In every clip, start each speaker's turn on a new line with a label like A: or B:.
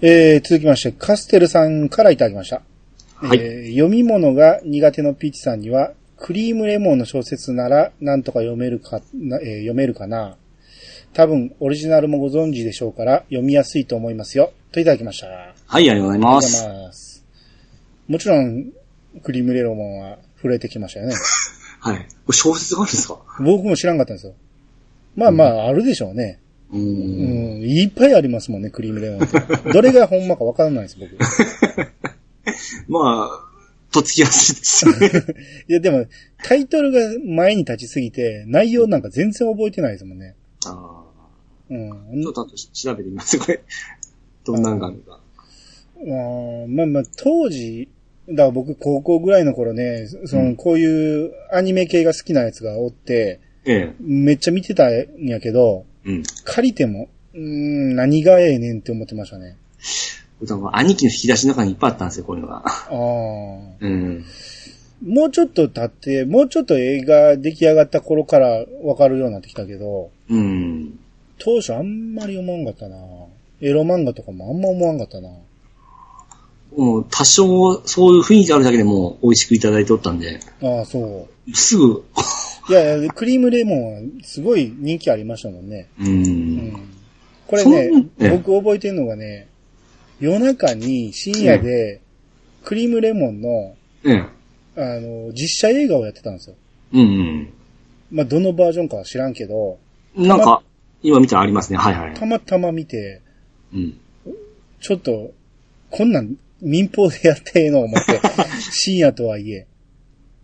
A: えー、続きまして、カステルさんからいただきました。
B: はい
A: えー読み物が苦手のピーチさんには、クリームレモンの小説なら、なんとか読めるかな、えー読めるかな。多分、オリジナルもご存知でしょうから、読みやすいと思いますよ。といただきました。あり
B: はい、ありがとうござい
A: が
B: ま
A: とうご
B: す。
A: ざいます。もちろん、クリームレモンは震えてきましたよね。
B: はい。これ小説があるんですか
A: 僕も知らんかったんですよ。まあまあ、あるでしょうね。
B: う。
A: うんん、いっぱいありますもんね、クリームレモンって。どれがほんまかわからないです、僕。
B: まあ、とっつきやすいですよね。
A: いや、でも、タイトルが前に立ちすぎて、内容なんか全然覚えてないですもんね。
B: あ あ。
A: うん。
B: ちょっと後調べてみます、これ。どんなんがあるか。
A: うんまあまあ、当時、だから僕高校ぐらいの頃ね、その、こういうアニメ系が好きなやつがおって、
B: え
A: めっちゃ見てたんやけど、
B: え。うん。
A: 借りても、うーん、何がええねんって思ってましたね。
B: 多分兄貴の引き出しの中にいっぱいあったんですよ、こういうのが。
A: ああ。
B: うん。
A: もうちょっと経って、もうちょっと映画出来上がった頃から分かるようになってきたけど、
B: うん。
A: 当初あんまり思わんかったなエロ漫画とかもあんま思わんかったな
B: もう多少そういう雰囲気あるだけでも美味しくいただいておったんで、
A: ああ、そ
B: すぐ、
A: う。いやいや、クリームレモンはすごい人気ありましたもんね。
B: う。
A: うんん。これ
B: そう
A: ね、
B: ね
A: 僕覚えてるのがね、夜中に深夜で、クリームレモンの、
B: ええ。
A: あの、実写映画をやってたんですよ。
B: うん、
A: まあ、どのバージョンかは知らんけど、
B: うん。なんか、今見たらありますね、はいは
A: た
B: い。
A: またま見て、
B: うん。
A: ちょっと、こんなん民放でやってええの思 って、深夜とはいえ、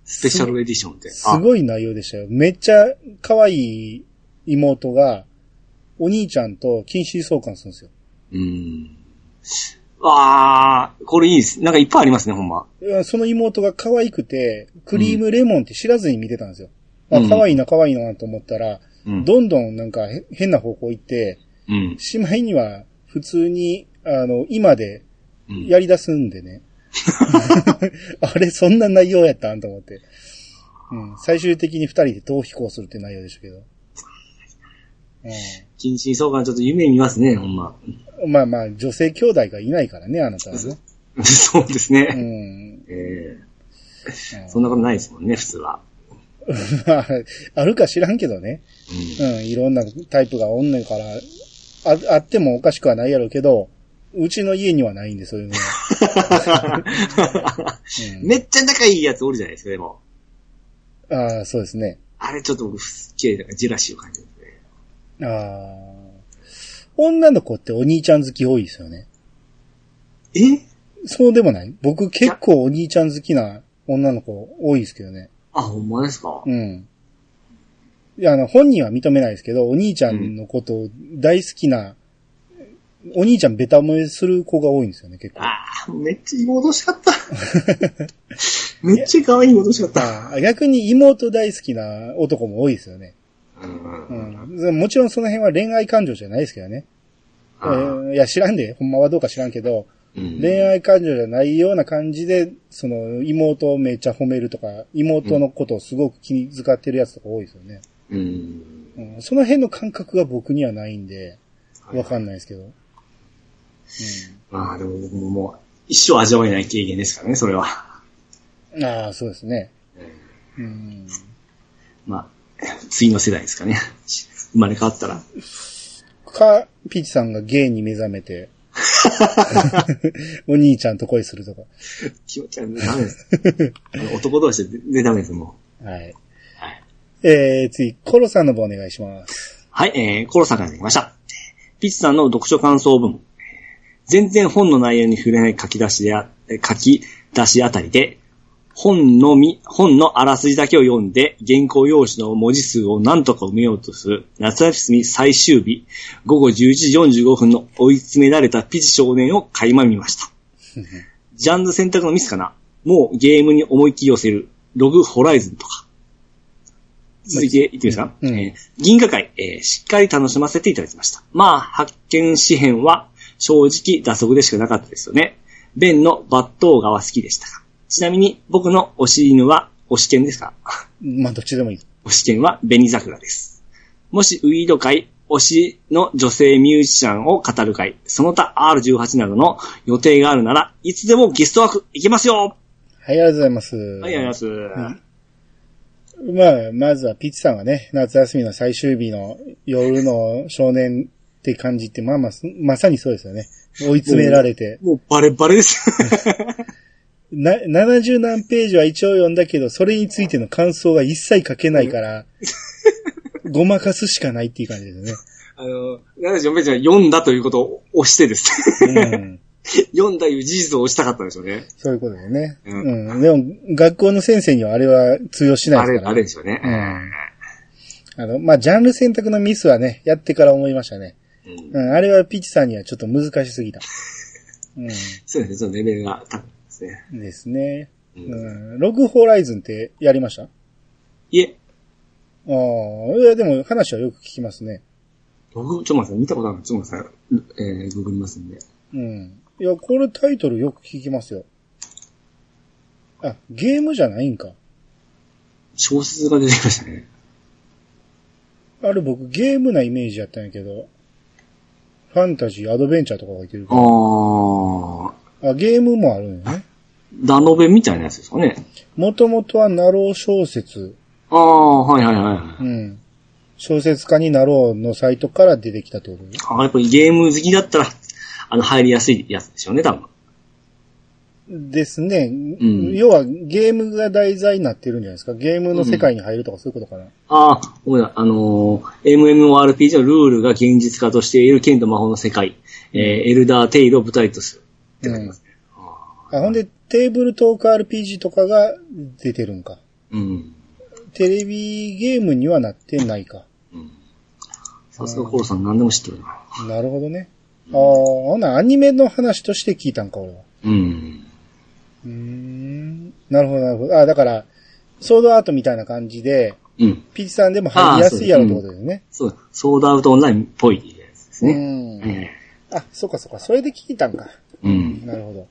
B: スペシャルエディションって。
A: すごい内容でしたよ。めっちゃ可愛い妹が、お兄ちゃんと禁止相関するんですよ
B: うん。わー、これいいです。なんかいっぱいありますね、ほんま。
A: いや。その妹が可愛くて、クリームレモンって知らずに見てたんですよ。
B: うん
A: あ、可愛いな可愛いなと思ったら、
B: うん。
A: どんどんなんかへ変な方向行って、
B: うん。
A: しまいには普通に、あの、今で
B: うん
A: やり出すんで ね。あれ、そんな内容やったんと思って。うん、最終的に二人で逃避行するって内容でしたけど。
B: 近親相関ちょっと夢見ますね、ほんま。
A: うん、まあまあ、女性兄弟がいないからね、あなたはね。
B: そうです
A: う
B: ね。
A: ん。
B: ええそんなことないですもんね、普通は。
A: まあ、あるか知らんけどね。
B: うん。
A: うん、いろんなタイプがおんねんから、ああってもおかしくはないやろうけど、うちの家にはないんで、そういうのは。うん
B: めっちゃ仲いいやつおるじゃないですか、でも。
A: ああ、そうですね。
B: あれちょっと僕、すっげえ、なんかジェラシーを感じるんですね。
A: ああ。女の子ってお兄ちゃん好き多いですよね。
B: え
A: そうでもない僕結構お兄ちゃん好きな女の子多いですけどね。
B: あ、ほんまですか
A: うん。いや、あの、本人は認めないですけど、お兄ちゃんのことを大好きな、お兄ちゃんベタ萌えする子が多いんですよね、結構。
B: ああ、めっちゃいい戻し かった。めっちゃ可愛い戻しかった。
A: あ逆に妹大好きな男も多いですよね。
B: うん
A: う
B: うん
A: ん。もちろんその辺は恋愛感情じゃないですけどね。え
B: あ
A: ーいや、知らんで、ほんまはどうか知らんけど、
B: うん
A: 恋愛感情じゃないような感じで、その、妹をめっちゃ褒めるとか、妹のことをすごく気遣ってるやつとか多いですよね。
B: うん
A: うん、その辺の感覚が僕にはないんで、
B: はい
A: わかんないですけど。うん、
B: まあでも僕ももう、一生味わえない経験ですからね、それは。
A: ああ、そうですね。
B: うん
A: うん、
B: まあ、次の世代ですかね。生まれ変わったら。
A: か、ピーチさんがゲイに目覚めて、 お兄ちゃんと恋するとか。
B: 気持ち悪い。ダメ です。あの男同士で全然ダメです、も
A: はい。
B: う。はい。
A: えー、次、コロさんの方お願いします。
B: はい、えー、コロさんから来ました。ピッチさんの読書感想文。全然本の内容に触れない書き出しであ、え書き出しあたりで、本のみ、本のあらすじだけを読んで、原稿用紙の文字数を何とか埋めようとする、夏休み最終日、午後11時45分の追い詰められたピチ少年を垣間見ました。ジャンル選択のミスかなもうゲームに思いっきり寄せる、ログホライズンとか。続いていってみますか、
A: うん
B: えー銀河会、えーしっかり楽しませていただきました。まあ、発見詩編は正直打足でしかなかったですよね。ベンの抜刀画は好きでしたが。ちなみに僕の推し犬は、推し犬ですか
A: まあ、どっちでもいい。
B: 推し犬は紅桜です。もしウィード会、推しの女性ミュージシャンを語る会、その他 R18 などの予定があるなら、いつでもゲスト枠行けますよ
A: はい、ありがとうございます。
B: はい、ありがとうございます。
A: まあ、まずはピッチさんがね、夏休みの最終日の夜の少年って感じって、まあまあ、すまさにそうですよね。追い詰められて。
B: もうバレバレです。
A: な、70何ページは一応読んだけど、それについての感想が一切書けない から、ごまかすしかないっていう感じですね。
B: あの、なんでしょう、めちゃん読んだということを押してです ね。
A: うん。
B: 読んだいう事実を押したかったんでしょうね。
A: そういうことでね。
B: う
A: うん。でも、学校の先生にはあれは通用しない
B: あ
A: で
B: れ
A: す、から。
B: あれでしょうね。
A: うん。あの、まあ、ジャンル選択のミスはね、やってから思いましたね。
B: うん
A: うん、あれはピッチさんにはちょっと難しすぎた。う
B: そうですね、そのレベルが高いですね。
A: ん。ですね。
B: う
A: うんん。ログホライズンってやりましたあ
B: いえ、
A: あ、いや、でも話はよく聞きますね。
B: 僕、ちょっと待って、見たことあるちょっと待ってください、えー、ググりますんで。
A: うん。いや、これタイトルよく聞きますよ。あ、ゲームじゃないんか。
B: 小説が出てきましたね。
A: あれ僕ゲームなイメージやったんやけど、ファンタジー、アドベンチャーとか書いてる
B: あ
A: か
B: ー、
A: ら。あ、ゲームもあるんやね。
B: ダノベみたいなやつですかね。
A: もともとはナロー小説。
B: あー、はいはいは
A: う
B: い。
A: ん。小説家になろうのサイトから出てきたってことね
B: あーやっぱりゲーム好きだったら、あの、入りやすいやつでしょうね、多分。
A: ですね。
B: ん
A: 要はゲームが題材になってるんじゃないですか。ゲームの世界に入るとかそういうことかな。
B: ああ、ごめんなあのー MMORPG のルールが現実化としている剣と魔法の世界、えーエルダーテイルを舞台とする。
A: うんあ、ほんで、テーブルトーク RPG とかが出てるんか。
B: うん。
A: テレビゲームにはなってないか。
B: さすがコロさん何でも知ってるな。
A: なるほどね。ああ、ほな、アニメの話として聞いたんか、俺は。
B: うん。
A: うーん。なるほど、なるほど。あだから、ソードアートみたいな感じで、
B: うん。
A: ピッチさんでも入りやすいやろってことだよね。
B: そう、ソードアウトオンラインっぽいやつです
A: う
B: ね。
A: ん。
B: え
A: あ、そっかそっか。それで聞いたんか。
B: えうん。
A: なるほど。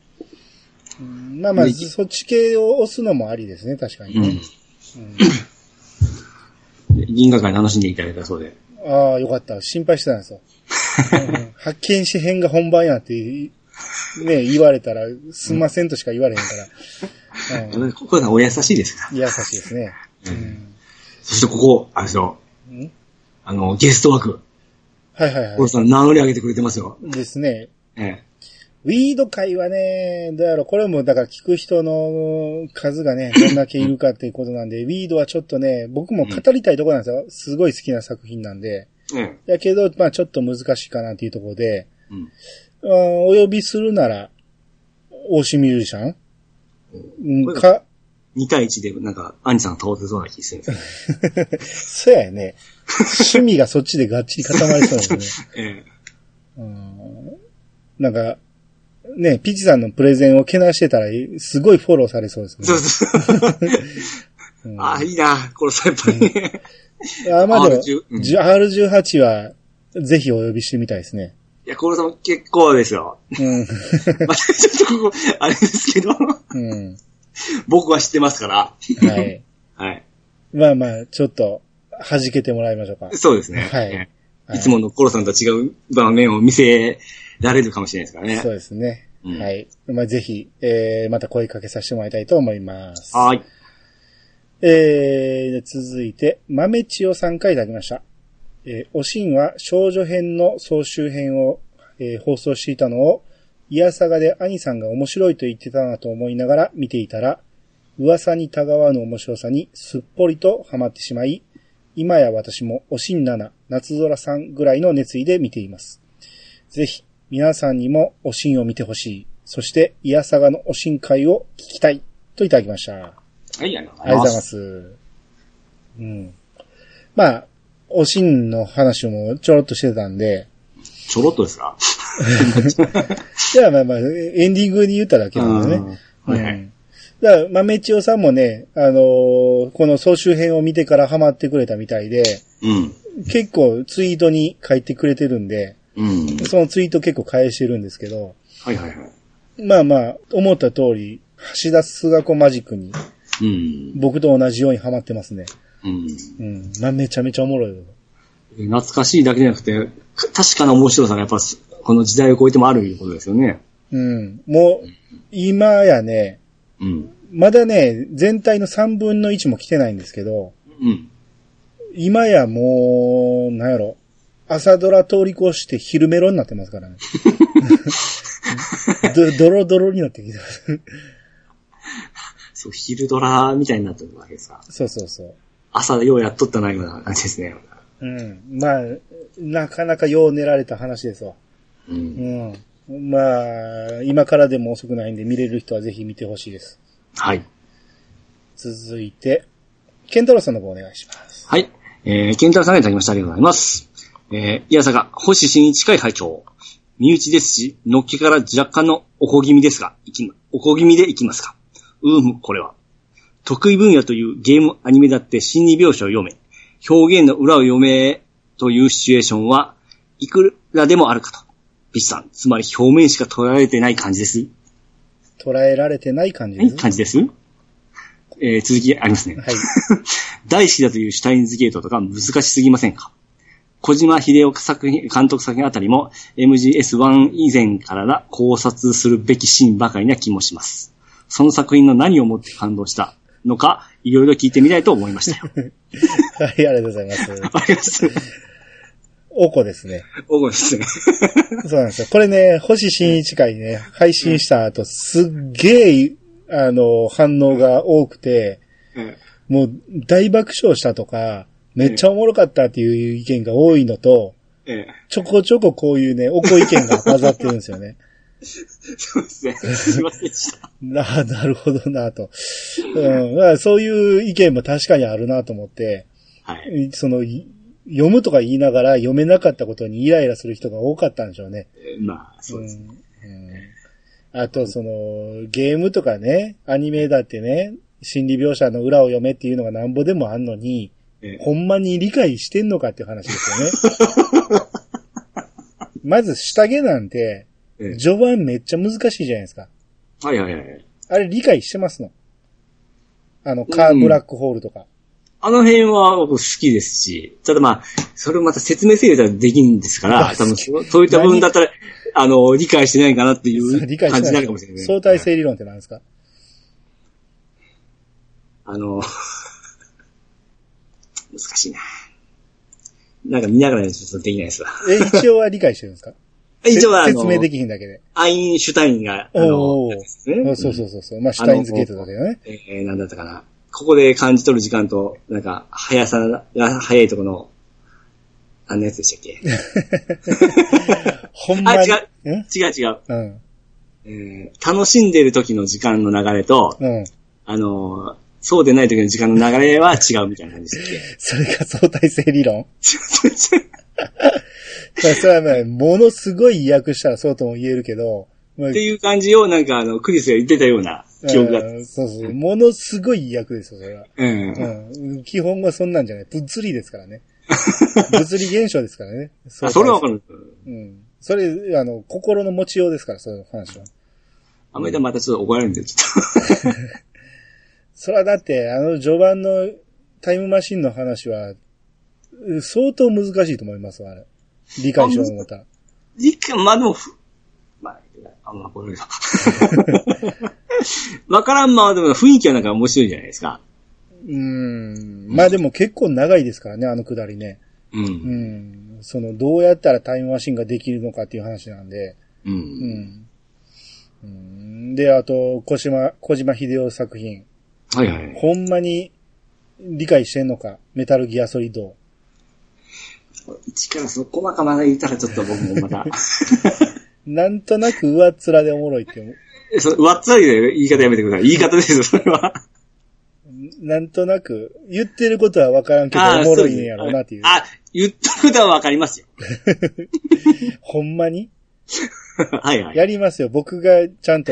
A: うんまあまあ、
B: で
A: そっち系を押すのもありですね、確かに
B: う
A: ね。
B: ん。銀河界楽しんでいただいたそうで。
A: ああ、よかった。心配してたんですよ。うん発見し編が本番やって、ね、言われたら、すんませんとしか言われへんから。うん
B: コロさんお優しいですか
A: 優しいですね。
B: ら。うん。そしてここ、あれですよ。
A: うん
B: あの、ゲスト枠。
A: はいはい
B: コ
A: は
B: ロさん名乗り上げてくれてますよ。
A: い。ですね。
B: ええ。
A: ウィード界はね、どうやろう、これもだから聞く人の数がね、どんだけいるかっていうことなんで、ウィードはちょっとね、僕も語りたいところなんですよ。すごい好きな作品なんで。
B: ええ。
A: だけど、まあちょっと難しいかなっていうところで、
B: うん。
A: うんお呼びするなら、大志ミュージシャンうんか、
B: 2対1で、なんか、兄さんが倒せそうな 気するんですよ
A: そうやね。趣味がそっちでがっちり固まりそう ですね。
B: ええ。
A: うんなんか、ね、ピチさんのプレゼンをけなしてたら、すごいフォローされそうですね。
B: そうそう。ああ、いいな、この先 輩ね。
A: あまあでも、
B: R10 うん
A: R18 は、ぜひお呼びしてみたいですね。
B: いや、コロさんも結構ですよ。
A: うん。
B: まあちょっとここ、あれですけど、
A: う
B: 僕は知ってますか
A: ん。
B: ら。
A: はい。
B: はい。
A: まあまあ、ちょっと、弾けてもらいましょうか。
B: そうですね。
A: はい
B: え
A: は
B: え。いつものコロさんとは違う場面を見せられるかもしれないですから
A: そ
B: ね。
A: うですね。
B: うん
A: はい。まあ、ぜひ、えー、また声かけさせてもらいたいと思います。
B: はーい。
A: えー、続いて、豆千代さんからいただきました。えー、おしんは少女編の総集編を、えー放送していたのを、いやさがで兄さんが面白いと言ってたなと思いながら見ていたら、噂にたがわぬ面白さにすっぽりとハマってしまい、今や私もおしんなな、夏空さんぐらいの熱意で見ています。ぜひ、皆さんにもおしんを見てほしい。そして、いやさがのおしん会を聞きたい。といただきました。
B: はい、ありがとうご
A: あ
B: ざ
A: りがと
B: い
A: う
B: ま。
A: ございますす。うん。まあ、おしんの話もちょろっとしてたんで、
B: ちょろっとですか
A: じゃあまあまあ、エンディングに言っただけなんでね。
B: うんはいは
A: う
B: い。
A: ん。だから、まめちおさんもね、あのーこの総集編を見てからハマってくれたみたいで、
B: うん。
A: 結構ツイートに書いてくれてるんで、
B: うん。
A: そのツイート結構返してるんですけど、
B: はいはいはい。
A: まあまあ、思った通り、橋田須賀子マジックに
B: うん。
A: 僕と同じようにハマってますね。
B: うん。
A: うん。まあ、めちゃめちゃおもろいよ。
B: い懐かしいだけじゃなくて、か確かな面白さがやっぱ、この時代を超えてもあるいうことですよね。
A: うん。もう、今やね、
B: うん。
A: まだね、全体の3分の1も来てないんですけど、
B: うん。
A: 今やもう、なんやろ、朝ドラ通り越して昼メロになってますからね。どドロドロになってきてます。
B: そう、昼ドラみたいになってるわけさ。
A: そうそうそう。
B: 朝ようやっとったなような感じですね。
A: うん。まあ、なかなかよう練られた話ですわ。
B: う。
A: うんん。まあ、今からでも遅くないんで見れる人はぜひ見てほしいです。
B: はい。
A: 続いて、ケンタロウさんの方お願いします。
B: はい。えー、ケンタルさんがいただきました。ありがとうございます。えー、いやさが、星新一会会長。身内ですし、のっけから若干のおこ気味ですが、いきま、おこ気味でいきますか。うーむ、これは。得意分野というゲームアニメだって心理描写を読め、表現の裏を読めというシチュエーションはいくらでもあるかと。ピッチさん、つまり表面しか捉えられてない感じです。
A: 捉えられてない感じ
B: は
A: で
B: い、
A: す。
B: 感じです。えー、続きありますね。
A: はい。
B: 大好きだというシュタインズゲートとか難しすぎませんか小島秀夫作品、監督作品あたりも MGS1 以前からだ考察するべきシーンばかりな気もします。その作品の何をもって感動したのか、いろいろ聞いてみたいと思いましたよ。
A: はい、ありがとうございます。
B: ありがとうございます。
A: おこですね。
B: 大声ですね。
A: そうなんですよ。これね、星新一会ね、配信した後、すっげえ、あの、反応が多くて、
B: え
A: もう大爆笑したとか、めっちゃおもろかったっていう意見が多いのと、
B: え、ええ、
A: ちょこちょここういうね、おこ意見が混ざってるんですよね。
B: そうですね。すいませんでした。
A: なあ、なるほどなと。うんまあ、そういう意見も確かにあるなと思って、
B: はい。
A: いその、い読むとか言いながら読めなかったことにイライラする人が多かったんでしょうね。
B: えーまあ、そうですね。
A: うんあと、その、ゲームとかね、アニメだってね、心理描写の裏を読めっていうのがなんぼでもあんのに、
B: ええ
A: ほんまに理解してんのかっていう話ですよね。 まず、下着なんて、
B: え
A: 序盤めっちゃ難しいじゃないですか。
B: えはいはいはい。
A: あれ理解してますのあの、カーブラックホールとか。
B: あの辺は僕好きですし、ただまあ、それをまた説明せよたらできんですから、
A: あ
B: 多分そうそういった部分だったら、あの、理解してないかなっていう
A: 理解
B: 感じ
A: し
B: に
A: な
B: ないるかもしれない。
A: 相対。性理論って何です か
B: あの、 難しいな。なんか見ながらちょっとできないですわ。
A: え、一応は理解してるんですか
B: 一応はあ
A: 説
B: の、
A: 明できひんだけで。
B: アインシュタインが、あの、
A: おー
B: ね
A: おそうそうそうそう。まあ、シュタインズゲートだけどね。
B: えー、なんだったかな。ここで感じ取る時間と、なんか、速さが、速いところの、あのやつ でしたっけ
A: ほんまに。
B: あ違
A: うん
B: 違う違う。
A: うん。
B: えー楽しんでる時の時間の流れと、
A: うん。
B: あのーそうでない時の時間の流れは 違うみたいな感じでしたっ
A: それが相対性理論
B: け
A: だ からそれはね、ものすごい訳したらそうとも言えるけど、まあ
B: っていう感じをなんかあの、クリスが言ってたような記憶があっ
A: うんそうそう。ものすごい訳ですよ、それは。
B: た。うん。
A: うん。基本はそんなんじゃない。物理ですから ね。物理現象ですからね。
B: あそれはわかる。
A: うん。それ、あの、心の持ちようですから、その話は。
B: あめだまたちょっと怒られるんですよ、ちょっ
A: それはだって、あの序盤のタイムマシンの話は、う相当難しいと思いますわ、あれ。理解しようと思ったら。
B: と。一回、まあでも、ふまあ、あんま怒られるなわ からんままでも雰囲気はなんか面白いじゃないですか。
A: うーんまあでも結構長いですからね、あのくだりね。
B: う。
A: うんん。その、どうやったらタイムマシンができるのかっていう話なんで。う
B: う。
A: んん。うん、で、あと、小島、小島秀夫作品。
B: はいはい。
A: ほんまに理解してんのかメタルギアソリッド。
B: 一からそこまかまだ言ったらちょっと僕もまた。
A: なんとなく上っ面でおもろいって思う。
B: え そわっつわりで言い方やめてください。言い方ですよ、それは。
A: なんとなく、言ってることはわからんけど
B: あー
A: おもろいんやろうなっていう。
B: あ、言ったことはわか りますよ。
A: ほんまに
B: はいはい。
A: やりますよ。僕がちゃんと、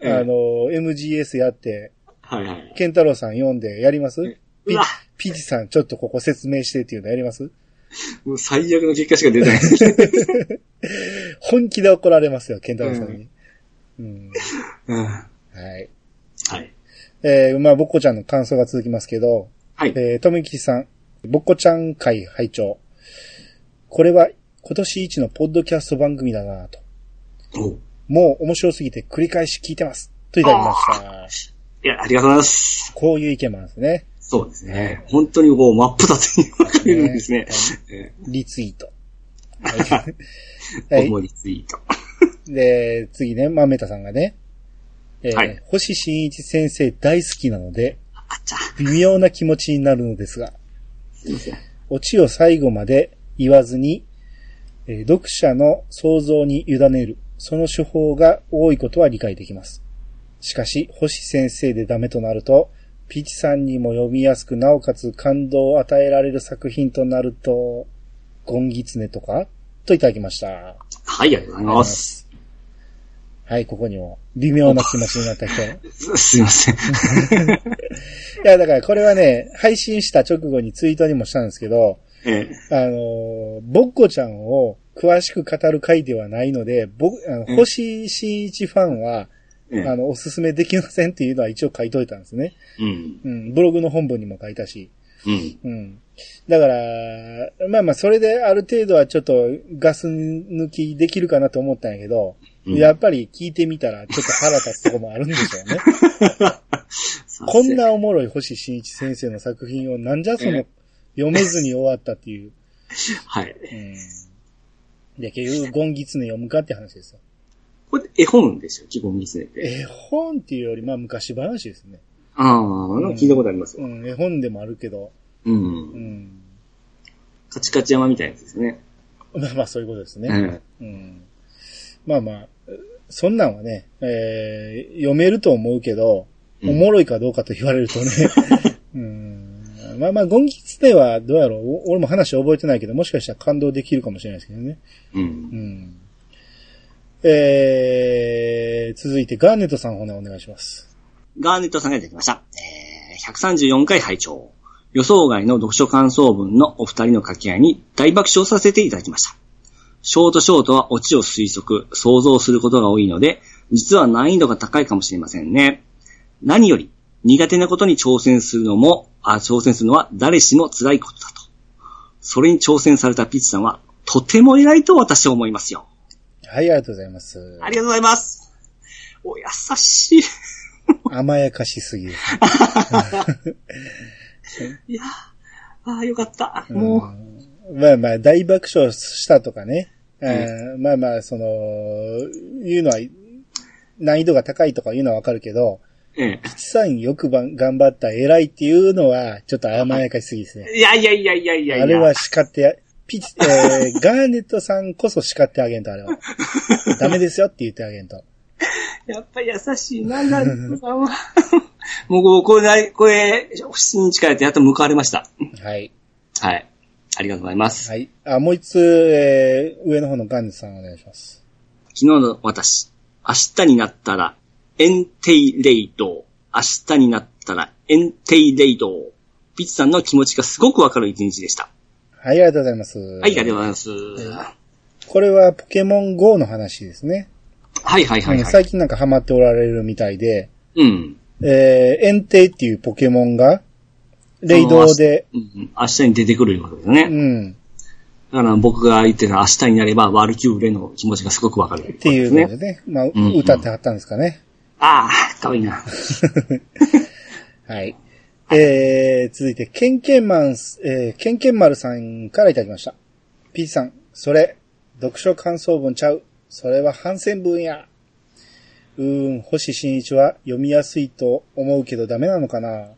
B: え
A: あの、MGS やって、
B: はいはい。
A: ケンタロウさん読んでやります
B: え
A: ピ
B: うわ
A: ピチさん、ちょっとここ説明してっていうのやります
B: もう最悪の結果しか出てない。
A: 本気で怒られますよ、ケンタロウさんに。うん
B: うんは
A: はい。
B: い。
A: えー、まあ、ぼっこちゃんの感想が続きますけど、
B: はい。
A: えー、とみきちさん、ぼっこちゃん会会長。これは今年一のポッドキャスト番組だなぁと。
B: おい
A: もう面白すぎて繰り返し聞いてます。といただきました。
B: や、ありがとうございます。
A: こういう意見もあるんですね。
B: そうですね。本当にこう、真っ二つに分かれるんですね。
A: リツイー ト。
B: え
A: は
B: ー
A: い
B: 僕もリツイート。
A: で、次ね、まあ、メタさんがね、えー
B: はい
A: 星新一先生大好きなので、
B: あっちゃ。
A: 微妙な気持ちになるのですが、
B: すいません。
A: オチを最後まで言わずに、えー読者の想像に委ねる、その手法が多いことは理解できます。しかし、星先生でダメとなると、ピチさんにも読みやすく、なおかつ感動を与えられる作品となると、ゴンギツネとかといただきました。
B: はい、ありがとうございます。
A: はい、ここにも、微妙な気持ちになった 人。い
B: すすいません。
A: や、だからこれはね、配信した直後にツイートにもしたんですけど、
B: え
A: あのーぼっこちゃんを詳しく語る回ではないので、僕、あの
B: うん
A: 星新一ファンは、
B: ええ
A: あの、おすすめできませんっていうのは一応書いといたんですね。
B: えうん。
A: うん、ブログの本文にも書いたし。
B: うん。
A: うん。だから、まあまあ、それである程度はちょっとガス抜きできるかなと思ったんやけど、
B: うん
A: やっぱり聞いてみたらちょっと腹立つとこもあるんでしょう ね。
B: すいませ
A: こん。なおもろい星新一先生の作品をなんじゃその読めずに終わったっていう。
B: はい。
A: うん。で、結局、ゴンギツネ読むかって話ですよ。
B: これ絵本でしょ基本につねて。
A: 絵本っていうより、まあ昔話ですね。
B: ああ、なんか聞いたことあります
A: う
B: よ。
A: ん、絵本でもあるけど、
B: う。
A: うんん。
B: カチカチ山みたいなやつですね。
A: まあまあそういうことです
B: う
A: ね。
B: ん。
A: うん。まあまあ、そんなんはね、えー読めると思うけど、
B: うん
A: おもろいかどうかと言われる とね、うん。まあまあ、ゴンギツネはどうやろうお俺も話覚えてないけど、もしかしたら感動できるかもしれないですけどね。
B: う。
A: うんん。えー、続いてガーネットさんほなお願いします。
B: ガーネットさんがいただきました。えー、134回拝聴予想外の読書感想文のお二人の掛け合いに大爆笑させていただきました。ショートショートはオチを推測、想像することが多いので、実は難易度が高いかもしれませんね。何より、苦手なことに挑戦するのも、あ、挑戦するのは誰しも辛いことだと。それに挑戦されたピッチさんは、とても偉いと私は思いますよ。
A: はい、ありがとうございます。
B: ありがとうございます。お優しい。
A: 甘やかしすぎる。
B: いやーああ、よかった。
A: うん
B: もう、
A: まあまあ、大爆笑したとかね。あーまあまあ、その、いうのは、難易度が高いとかいうのはわかるけど、
B: え
A: ピチさんよくばん頑張った偉いっていうのは、ちょっと甘やかしすぎですね。
B: え。いやいやいやいやいやいや。
A: あれは叱ってや、ピチ、えー、ガ ーネットさんこそ叱ってあげんと、あれは。ダメですよって言ってあげんと。
B: やっぱり優しいな、なるさんは。もうこう、これ、これ、七日からやってやっと報われました。
A: はい。
B: はい。ありがとうございます。
A: はい。あ、もう一つ、えー、上の方のガンネさんお願いします。
B: 昨日の私、明日になったら、エンテイレイド。明日になったら、エンテイレイド。ピッチさんの気持ちがすごくわかる一日でした。
A: はい、ありがとうございます。は
B: は、
A: い
B: ありがとうございます。
A: これはポケモン GO の話ですね。
B: はいはいはい
A: うん
B: はい。
A: 最近なんかハマっておられるみたいで、
B: うん。
A: えー、炎帝っていうポケモンが、レイドで、
B: うんうん明日に出てくるいうことです
A: う
B: ね。
A: ん、
B: だから僕が言ってるのは明日になればワルキューレの気持ちがすごくわかる。っ
A: っていうの
B: ね
A: で。ね、まあ、
B: んうん
A: 歌ってはったんですかね。
B: ああ、かわいいな。
A: はい。えー、続いて、ケンケンマンス、えー、ケンケンマルさんからいただきました。P さん、それ、読書感想文ちゃう。それは反戦文や。うーん、星新一は読みやすいと思うけどダメなのかな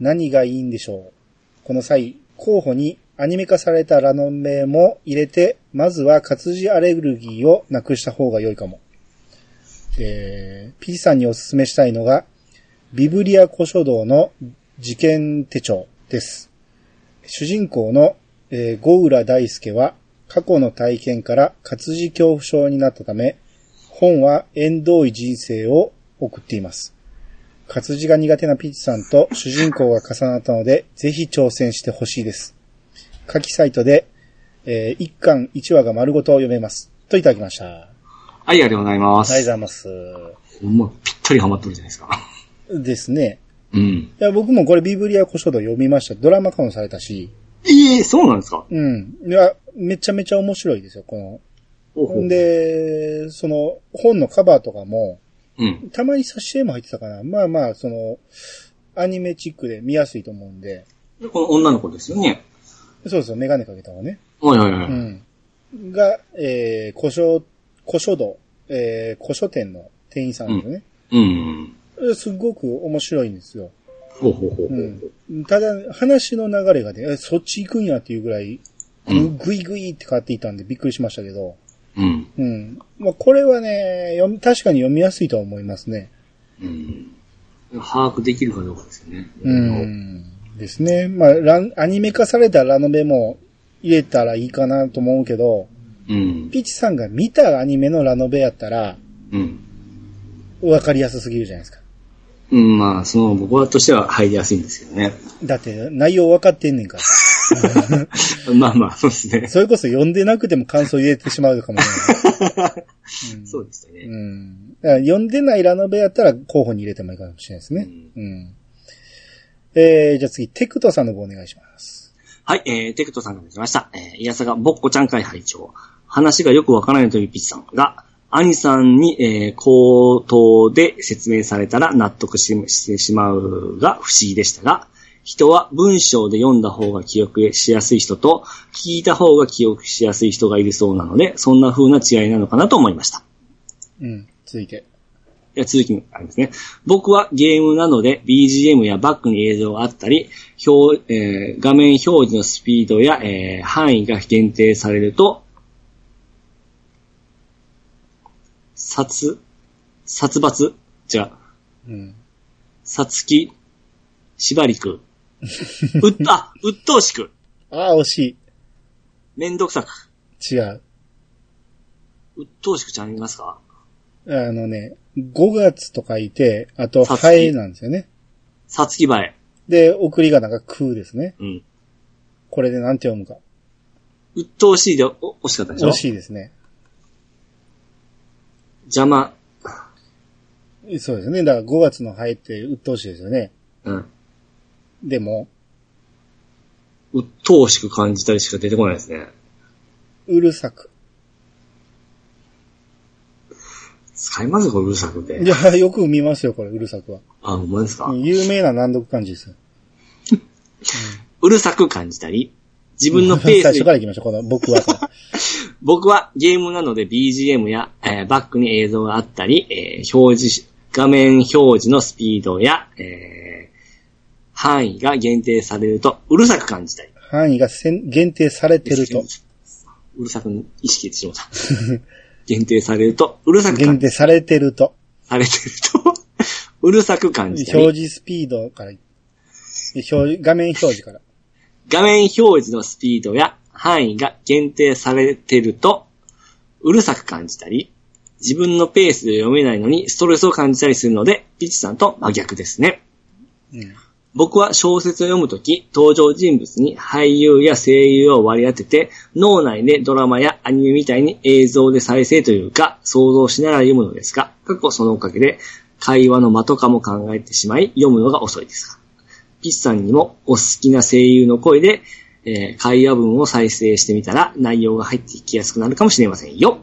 A: 何がいいんでしょうこの際、候補にアニメ化されたラノベも入れて、まずは活字アレルギーをなくした方が良いかも。えー、P さんにおすすめしたいのが、ビブリア古書道の事件手帳です。主人公の、えー、五浦大輔は過去の体験から活字恐怖症になったため、本は縁遠い人生を送っています。活字が苦手なピッチさんと主人公が重なったので、ぜひ挑戦してほしいです。書きサイトで、え1巻1話が丸ごと読めます。といただきました。あ
B: はい、ありがとうござい
A: り
B: ま
A: がとうご
B: す。
A: ざいます。
B: ほんま、ぴったりハマってるじゃないですか。
A: ですね。
B: うん。
A: いや、僕もこれビブリア古書道読みました。ドラマ化もされたし、
B: ええ、そうなんですか
A: うん。いや、めちゃめちゃ面白いですよ、この。
B: ほうほ
A: ほ、
B: うん
A: で、その、本のカバーとかも、
B: うん。
A: たまに挿絵も入ってたかな。まあまあ、その、アニメチックで見やすいと思うんで、
B: この女の子ですよね。
A: そうそう、メガネかけたわね。
B: はいはいは
A: う
B: い。
A: ん。が、えー、古書、古書道、えー、古書店の店員さんですよね。
B: うん。
A: すごく面白いんですよ。
B: ほうほうほうほ
A: う。
B: うん
A: ただ、話の流れがね、えそっち行くんやっていうぐらい、
B: うん
A: ぐいぐいって変わっていたんでびっくりしましたけど。
B: うん。
A: うん。まあ、これはね、読み、確かに読みやすいとは思いますね。
B: うん。把握できるかどうかですよね。
A: うん。ですね。まあ、ラン、アニメ化されたラノベも入れたらいいかなと思うけど、
B: うん。
A: ピッチさんが見たアニメのラノベやったら、
B: うん。
A: わかりやすすぎるじゃないですか。
B: うん、まあ、その、僕はとしては入りやすいんですけどね。
A: だって、内容わかってんねんから。
B: まあまあ、そうですね。
A: それこそ読んでなくても感想入れてしまうかもしれない。ん
B: そうでしたね。
A: うん。だから読んでないラノベやったら候補に入れてもいいかもしれないですね。うん。えー、じゃあ次、テクトさんの方お願いします。
B: はい、えー、テクトさんが来ました。えー、イヤサがぼっこちゃん会拝聴話がよくわからないというピッチさんが、兄さんに、えー、口頭で説明されたら納得ししてしまうが不思議でしたが、人は文章で読んだ方が記憶しやすい人と、聞いた方が記憶しやすい人がいるそうなので、そんな風な違いなのかなと思いました。
A: うん。続いて。
B: いや、続きもあるんですね。僕はゲームなので BGM やバックに映像があったり、表えー画面表示のスピードや、えー範囲が限定されると、殺、殺伐違う、
A: うん。
B: 殺気、縛 りく、うっ、あ、うっとうしく、
A: ああ、惜し
B: めんどくさく、
A: い。違う。
B: うっとうしくちゃんいますか
A: あのね、5月と書いて、あと、
B: さつき
A: ハエなんですよね。
B: 殺気映え。
A: で、送り仮名が空ですね。
B: うん。
A: これでなんて読むか。
B: うっとうしいで、お、惜しかったでしょ
A: 惜しいですね。
B: 邪魔、
A: そうですね。だから5月のハエって鬱陶しいですよね。
B: うん。
A: でも、
B: 鬱陶しく感じたりしか出てこないですね。
A: うるさく。
B: 使いますこれうるさく
A: い
B: て。
A: や、よく見ますよ、これ、うるさくは。
B: あ、ほんまですか、
A: 有名な難読漢字ですよ。
B: うるさく感じたり、自分のペ ー
A: 最初
B: ス
A: か
B: で、
A: ら行きましょう、この僕はさ。
B: 僕はゲームなので BGM や、えーバックに映像があったり、えー表示し、画面表示のスピードや、えー範囲が限定されると、うるさく感じたり。
A: 範囲がせん限定されてると。
B: うるさく意識してしまった。 限定されると、うるさく
A: 限
B: 感じ
A: 定されてると。
B: されてると、 うるさく感じたり
A: 表。示スピードから、表示画面表示から。
B: 画面表示のスピードや範囲が限定されてると、うるさく感じたり、自分のペースで読めないのにストレスを感じたりするので、ピチさんと真逆ですね。
A: うん。
B: 僕は小説を読むとき、登場人物に俳優や声優を割り当てて、脳内でドラマやアニメみたいに映像で再生というか、想像しながら読むのですが、過去そのおかげで、会話の間とかも考えてしまい、読むのが遅いですが。ピッさんにもお好きな声優の声で、えー会話文を再生してみたら、内容が入ってきやすくなるかもしれませんよ。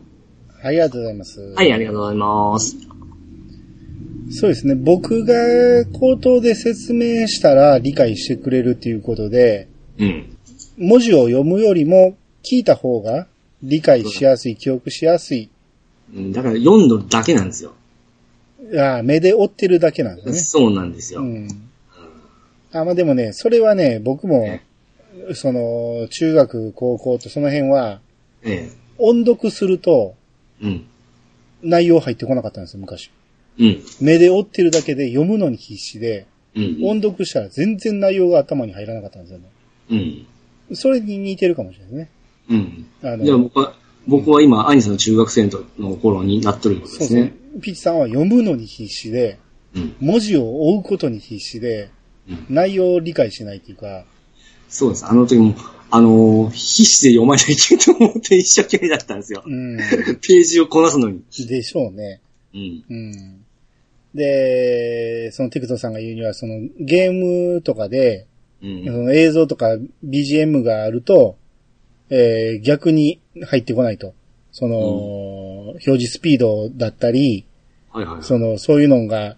A: はい、ありがとうございます。
B: はい、ありがとうございます。
A: そうですね。僕が口頭で説明したら理解してくれるっていうことで、
B: うん。
A: 文字を読むよりも聞いた方が理解しやすい、記憶しやすい。
B: うんだから読んどるだけなんですよ。
A: ああ、目で追ってるだけなんですね。
B: そうなんですよ。
A: うん。あ、まあでもね、それはね、僕も
B: ね、
A: その、中学、高校とその辺は、
B: え
A: 音読すると
B: えうん。
A: 内容入ってこなかったんですよ、昔。
B: うん。
A: 目で追ってるだけで読むのに必死で、
B: うん。
A: 音読したら全然内容が頭に入らなかったんですよね。
B: うん。
A: それに似てるかもしれないね。
B: うん。
A: あ
B: でも僕は、僕は今、兄さんの中学生の頃になっとるようで
A: そうですすね
B: ね。。
A: ピッチさんは読むのに必死で、
B: うん。
A: 文字を追うことに必死で、
B: うん。
A: 内容を理解しないっていうか、
B: そうです。あの時も、あのー必死で読まなきゃいけないと思って一生懸命だったんですよ。
A: うん、
B: ページをこなすのに。
A: でしょうね。
B: うん。
A: うん。で、そのテクトさんが言うには、そのゲームとかで、
B: うん
A: その映像とか BGM があると、えー逆に入ってこないと。その、表示スピードだったり、
B: はいはいはい。
A: その、そういうのが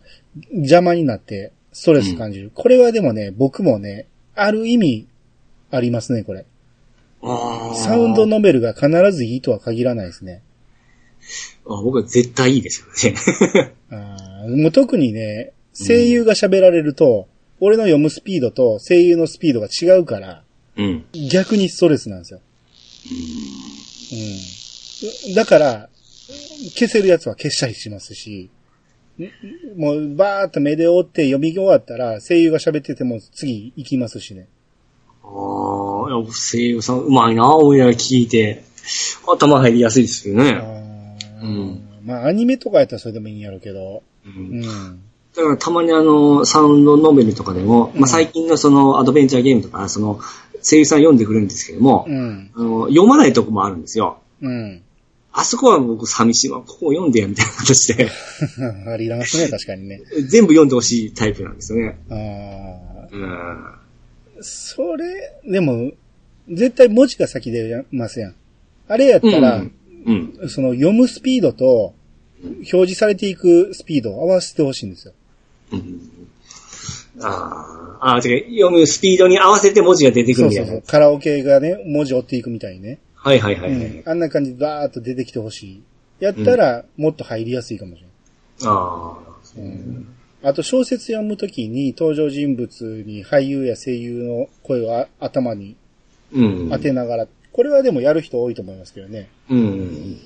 A: 邪魔になってストレス感じる。これはでもね、僕もね、ある意味ありますね、これ。
B: あー
A: サウンドノベルが必ずいいとは限らないですね。
B: あ僕は絶対いいですよね。
A: あーもう特にね、声優が喋られると、俺の読むスピードと声優のスピードが違うから、
B: うん。
A: 逆にストレスなんですよ。うん。だから、消せるやつは消したりしますし、んもうバーっと目で追って読み終わったら声優が喋ってても次行きますしね。
B: ああ、いや声優さん、うまいな、思いながら聞いて。頭入りやすいですよ
A: あ
B: ね。
A: ー
B: うん
A: まあアニメとかやったらそれでもいいんやろうけど、
B: う
A: うんん。
B: だからたまにあの、サウンドノベルとかでも、
A: うん
B: まあ、最近のその、アドベンチャーゲームとか、その、声優さん読んでくれるんですけども、
A: うん。
B: あの読まないとこもあるんですよ。
A: うん。
B: あそこは僕寂しいわ。ここを読んでや、みたいな形 で。
A: ありますね、確かにね。
B: 全部読んでほしいタイプなんですよね。
A: あ
B: うん。あ
A: ーそれ、でも、絶対文字が先出ますやん。あれやったら、
B: うん。うん。
A: その読むスピードと、表示されていくスピードを合わせてほしいんですよ。
B: うんあーあー、違う。読むスピードに合わせて文字が出てく
A: そ
B: る
A: う
B: みた
A: そ
B: いうな。
A: そう。カラオケがね、文字追っていくみたいにね。
B: はいはいはい。はい
A: うん。あんな感じでバーっと出てきてほしい。やったら、もっと入りやすいかもしれない。
B: ああ、
A: あと、小説読むときに登場人物に俳優や声優の声をあ頭に
B: うん。
A: 当てながら、これはでもやる人多いと思いますけどね。
B: うん。
A: うん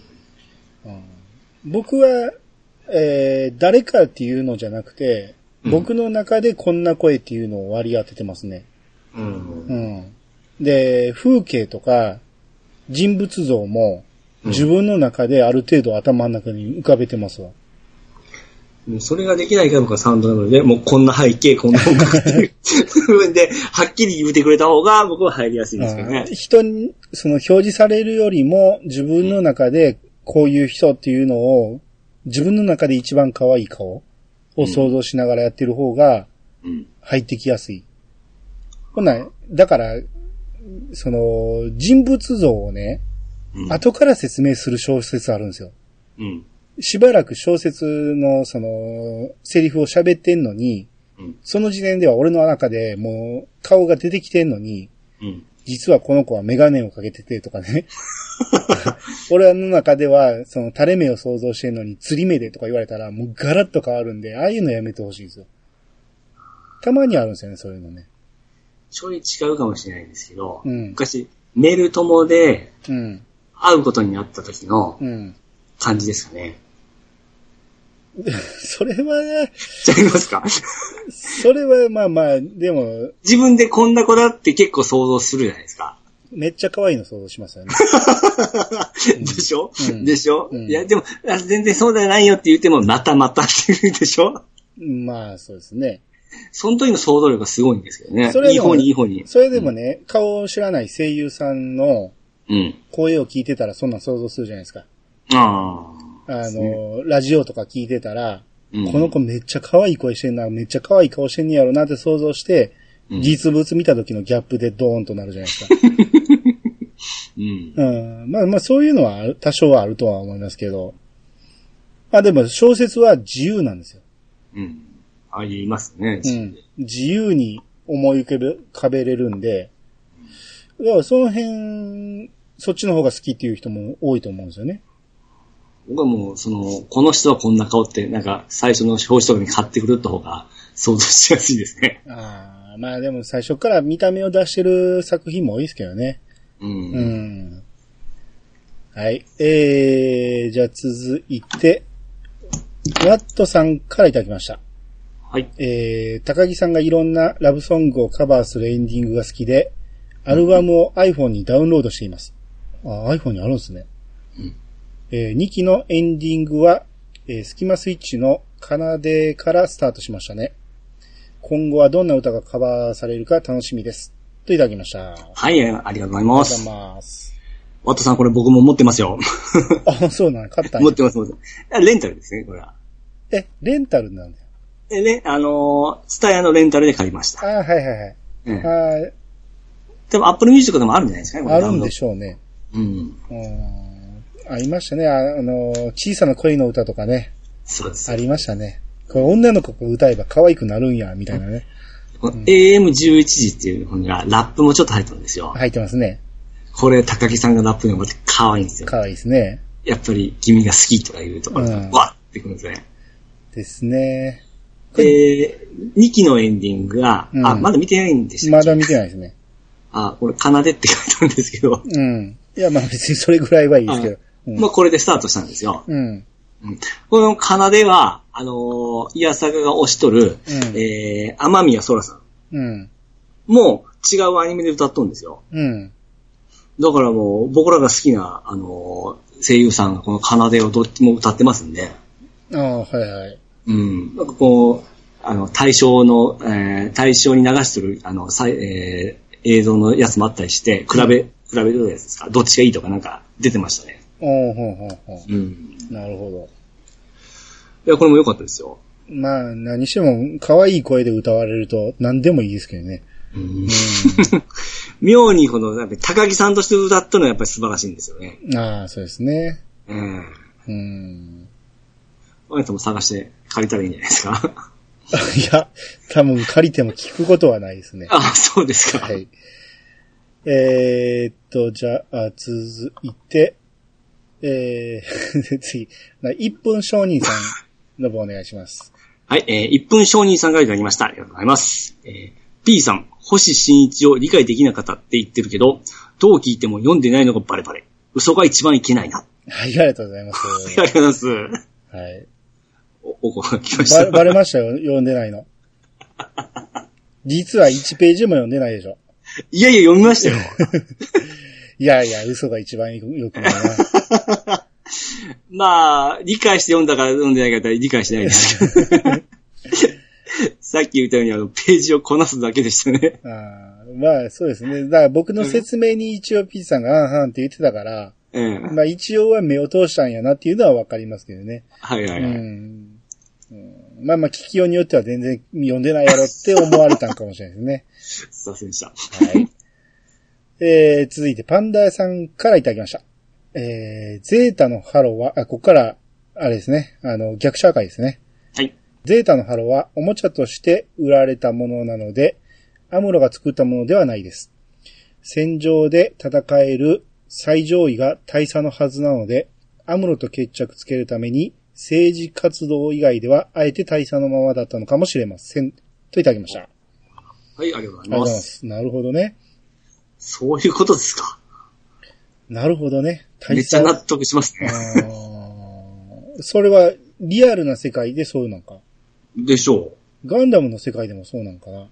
A: 僕は、えー、誰かっていうのじゃなくて、僕の中でこんな声っていうのを割り当ててますね。
B: う。
A: うんん。で、風景とか人物像も自分の中である程度頭の中に浮かべてますわ。
B: もうそれができないから僕はサウンドなので、もうこんな背景、こんな音楽っていう 部分で、はっきり言うてくれた方が僕は入りやすいですよ
A: うん
B: ね。
A: 人に、その表示されるよりも自分の中でこういう人っていうのを自分の中で一番可愛い顔を想像しながらやってる方が
B: うん。
A: 入ってきやすい。ほんならだから、その人物像をね、
B: うん。
A: 後から説明する小説あるんですよ。
B: うん。
A: しばらく小説のその、セリフを喋ってんのに、
B: うん
A: その時点では俺の中でもう顔が出てきてんのに、
B: うん。
A: 実はこの子はメガネをかけててとかね。俺の中では、その垂れ目を想像してんのに釣り目でとか言われたらもうガラッと変わるんで、ああいうのやめてほしいんですよ。たまにあるんですよね、そういうのね。
B: ちょい違うかもしれないんですけど、
A: うん
B: 昔、メル友で
A: うん。
B: 会うことになった時の
A: うん。
B: 感じですかね。
A: それは、
B: ちゃいますか
A: それはまあまあ、でも、
B: 自分でこんな子だって結構想像するじゃないですか。
A: めっちゃ可愛いの想像しますよね。
B: でしょ、
A: うん
B: でしょ、
A: うん
B: いや、でも、あ全然そうじゃないよって言っても、またまたって言うでしょ
A: まあ、そうですね。そ
B: その時の想像力がすごいんですけどね。
A: それ
B: いい
A: でも
B: 方にいい方に。
A: それでもね、顔を知らない声優さんの
B: うん。
A: 声を聞いてたらそんなん想像するじゃないですか。
B: あ
A: あの、ラジオとか聞いてたら、
B: うん
A: この子めっちゃ可愛い声してんな、めっちゃ可愛い顔してんねやろなって想像して、
B: うん
A: 実物見た時のギャップでドーンとなるじゃないです か。
B: あ。うん。
A: うん、まあまあそういうのはある多少はあるとは思いますけど。まあでも小説は自由なんですよ。
B: うん。ありますね。
A: うん、自由に思い浮かべかべれるんで、だからその辺、そっちの方が好きっていう人も多いと思うんですよね。
B: 僕はもう、その、この人はこんな顔って、なんか、最初の表紙とかに買ってくるった方が、想像しやすいですね。
A: ああ、まあでも最初から見た目を出してる作品も多いですけどね。
B: う。
A: うんん。はい。えー、じゃあ続いて、ワットさんからいただきました。
B: はい。
A: えー、高木さんがいろんなラブソングをカバーするエンディングが好きで、アルバムを iPhone にダウンロードしています。あ、iPhone にあるんですね。
B: うん
A: え2期のエンディングは、えースキマスイッチの奏でからスタートしましたね。今後はどんな歌がカバーされるか楽しみです。といただきました。ありがとう
B: はい、ありがとうございま
A: ござい
B: す。
A: ます。
B: ワットさん、これ僕も持ってますよ。
A: あ、そうなの、買ったん
B: 持っ
A: や。
B: てます、持ってます。あレンタルですね、これは。
A: え、レンタルなんだよ。
B: でね、あのー、ツタヤのレンタルで借りました。
A: あはいはいはい。
B: ええ
A: あ
B: 多分 Apple Music でもあるんじゃないですかね、こ
A: ー
B: れ
A: あるんでしょうね。
B: うん。
A: うんありましたね。ああの、小さな恋の歌とかね。
B: そうです
A: あ。りましたね。これ女の子が歌えば可愛くなるんや、みたいなね。
B: この AM11 時っていう本がラップもちょっと入ってるんですよ。
A: 入ってますね。
B: これ、高木さんがラップにもまた可愛いんですよ。
A: 可愛いですね。
B: やっぱり君が好きとかいうところが、
A: うん
B: わってくるんですね。
A: ですね。
B: で、2期のエンディングが、
A: うん
B: あ、まだ見てないんでした
A: ま
B: っけ
A: だ見てないですね。
B: あ、これ、奏でって書いてあるんですけど、
A: うん。いや、まあ別にそれぐらいはいいですけど。うん
B: まあこれでスタートしたんですよ。
A: うん。
B: うんこの奏では、あのー、イヤサガが推しとる、
A: うん
B: えー、天宮空さん
A: うん。
B: も違うアニメで歌っとるんですよ。
A: うん。
B: だからもう、僕らが好きな、あのー、声優さんがこの奏でをどっちも歌ってますんで、
A: ああ、はいはい。
B: うん。なんかこう、あの、対象の、えー、対象に流してる、あの、さいえー、映像のやつもあったりして、比べ、比べるやつですかどっちがいいとかなんか出てましたね。
A: おーほうほうほ
B: うん。
A: う。なるほ
B: いや、これも良かったですよ。
A: ど。まあ、何しても、可愛い声で歌われると、何でもいいですけどね。
B: うん、妙にこの、なんか高木さんとして歌ったのはやっぱり素晴らしいんですよね。
A: ああ、そうですね。
B: うん。
A: うん。
B: あなたも探して借りたらいいんじゃないですか
A: いや、多分借りても聞くことはないですね。
B: あ、そうですか。
A: はい。えー、っと、じゃあ、続いて、えー、 次、な1分商人さんの方お願いします。
B: はい、えー、1分商人さんがいただきました。ありがとうございます。えー、P さん、星新一を理解できなかったって言ってるけど、どう聞いても読んでないのがバレバレ。嘘が一番いけないな。
A: はい、ありがとうございま
B: あり
A: す。
B: がとうございます。
A: はい。
B: お、お声が来ました。
A: ば、ばれましたよ、読んでないの。実は1ページも読んでないでしょ。
B: いやいや、読み ましたよ。
A: いやいや、嘘が一番よくないな。
B: まあ、理解して読んだから読んでないから理解してない ですけど。さっき言ったように、あの、ページをこなすだけでしたね。
A: あーまあ、そうですね。だから僕の説明に一応ピッチさんがあんはんって言ってたから、
B: ええ
A: まあ一応は目を通したんやなっていうのはわかりますけどね。
B: はいは
A: う
B: いはい。
A: ん。うんまあまあ聞きようによっては全然読んでないやろって思われたんかもしれないですね。
B: すいませんでした。
A: はい。えー、続いてパンダ屋さんからいただきました。えー、ゼータのハローは、あ、ここから、あれですね。あの、逆社会ですね。
B: はい。
A: ゼータのハローはおもちゃとして売られたものなので、アムロが作ったものではないです。戦場で戦える最上位が大佐のはずなので、アムロと決着つけるために政治活動以外ではあえて大佐のままだったのかもしれません。といただきました。あ
B: はい、ありがとうござ
A: り
B: い
A: がとうご
B: ま。
A: ざいますす。なるほどね。
B: そういうことですか。
A: なるほどね。大
B: めっちゃ納得しますね。
A: あーそれはリアルな世界でそうなんか。
B: でしょう。
A: ガンダムの世界でもそうなんかな。
B: でも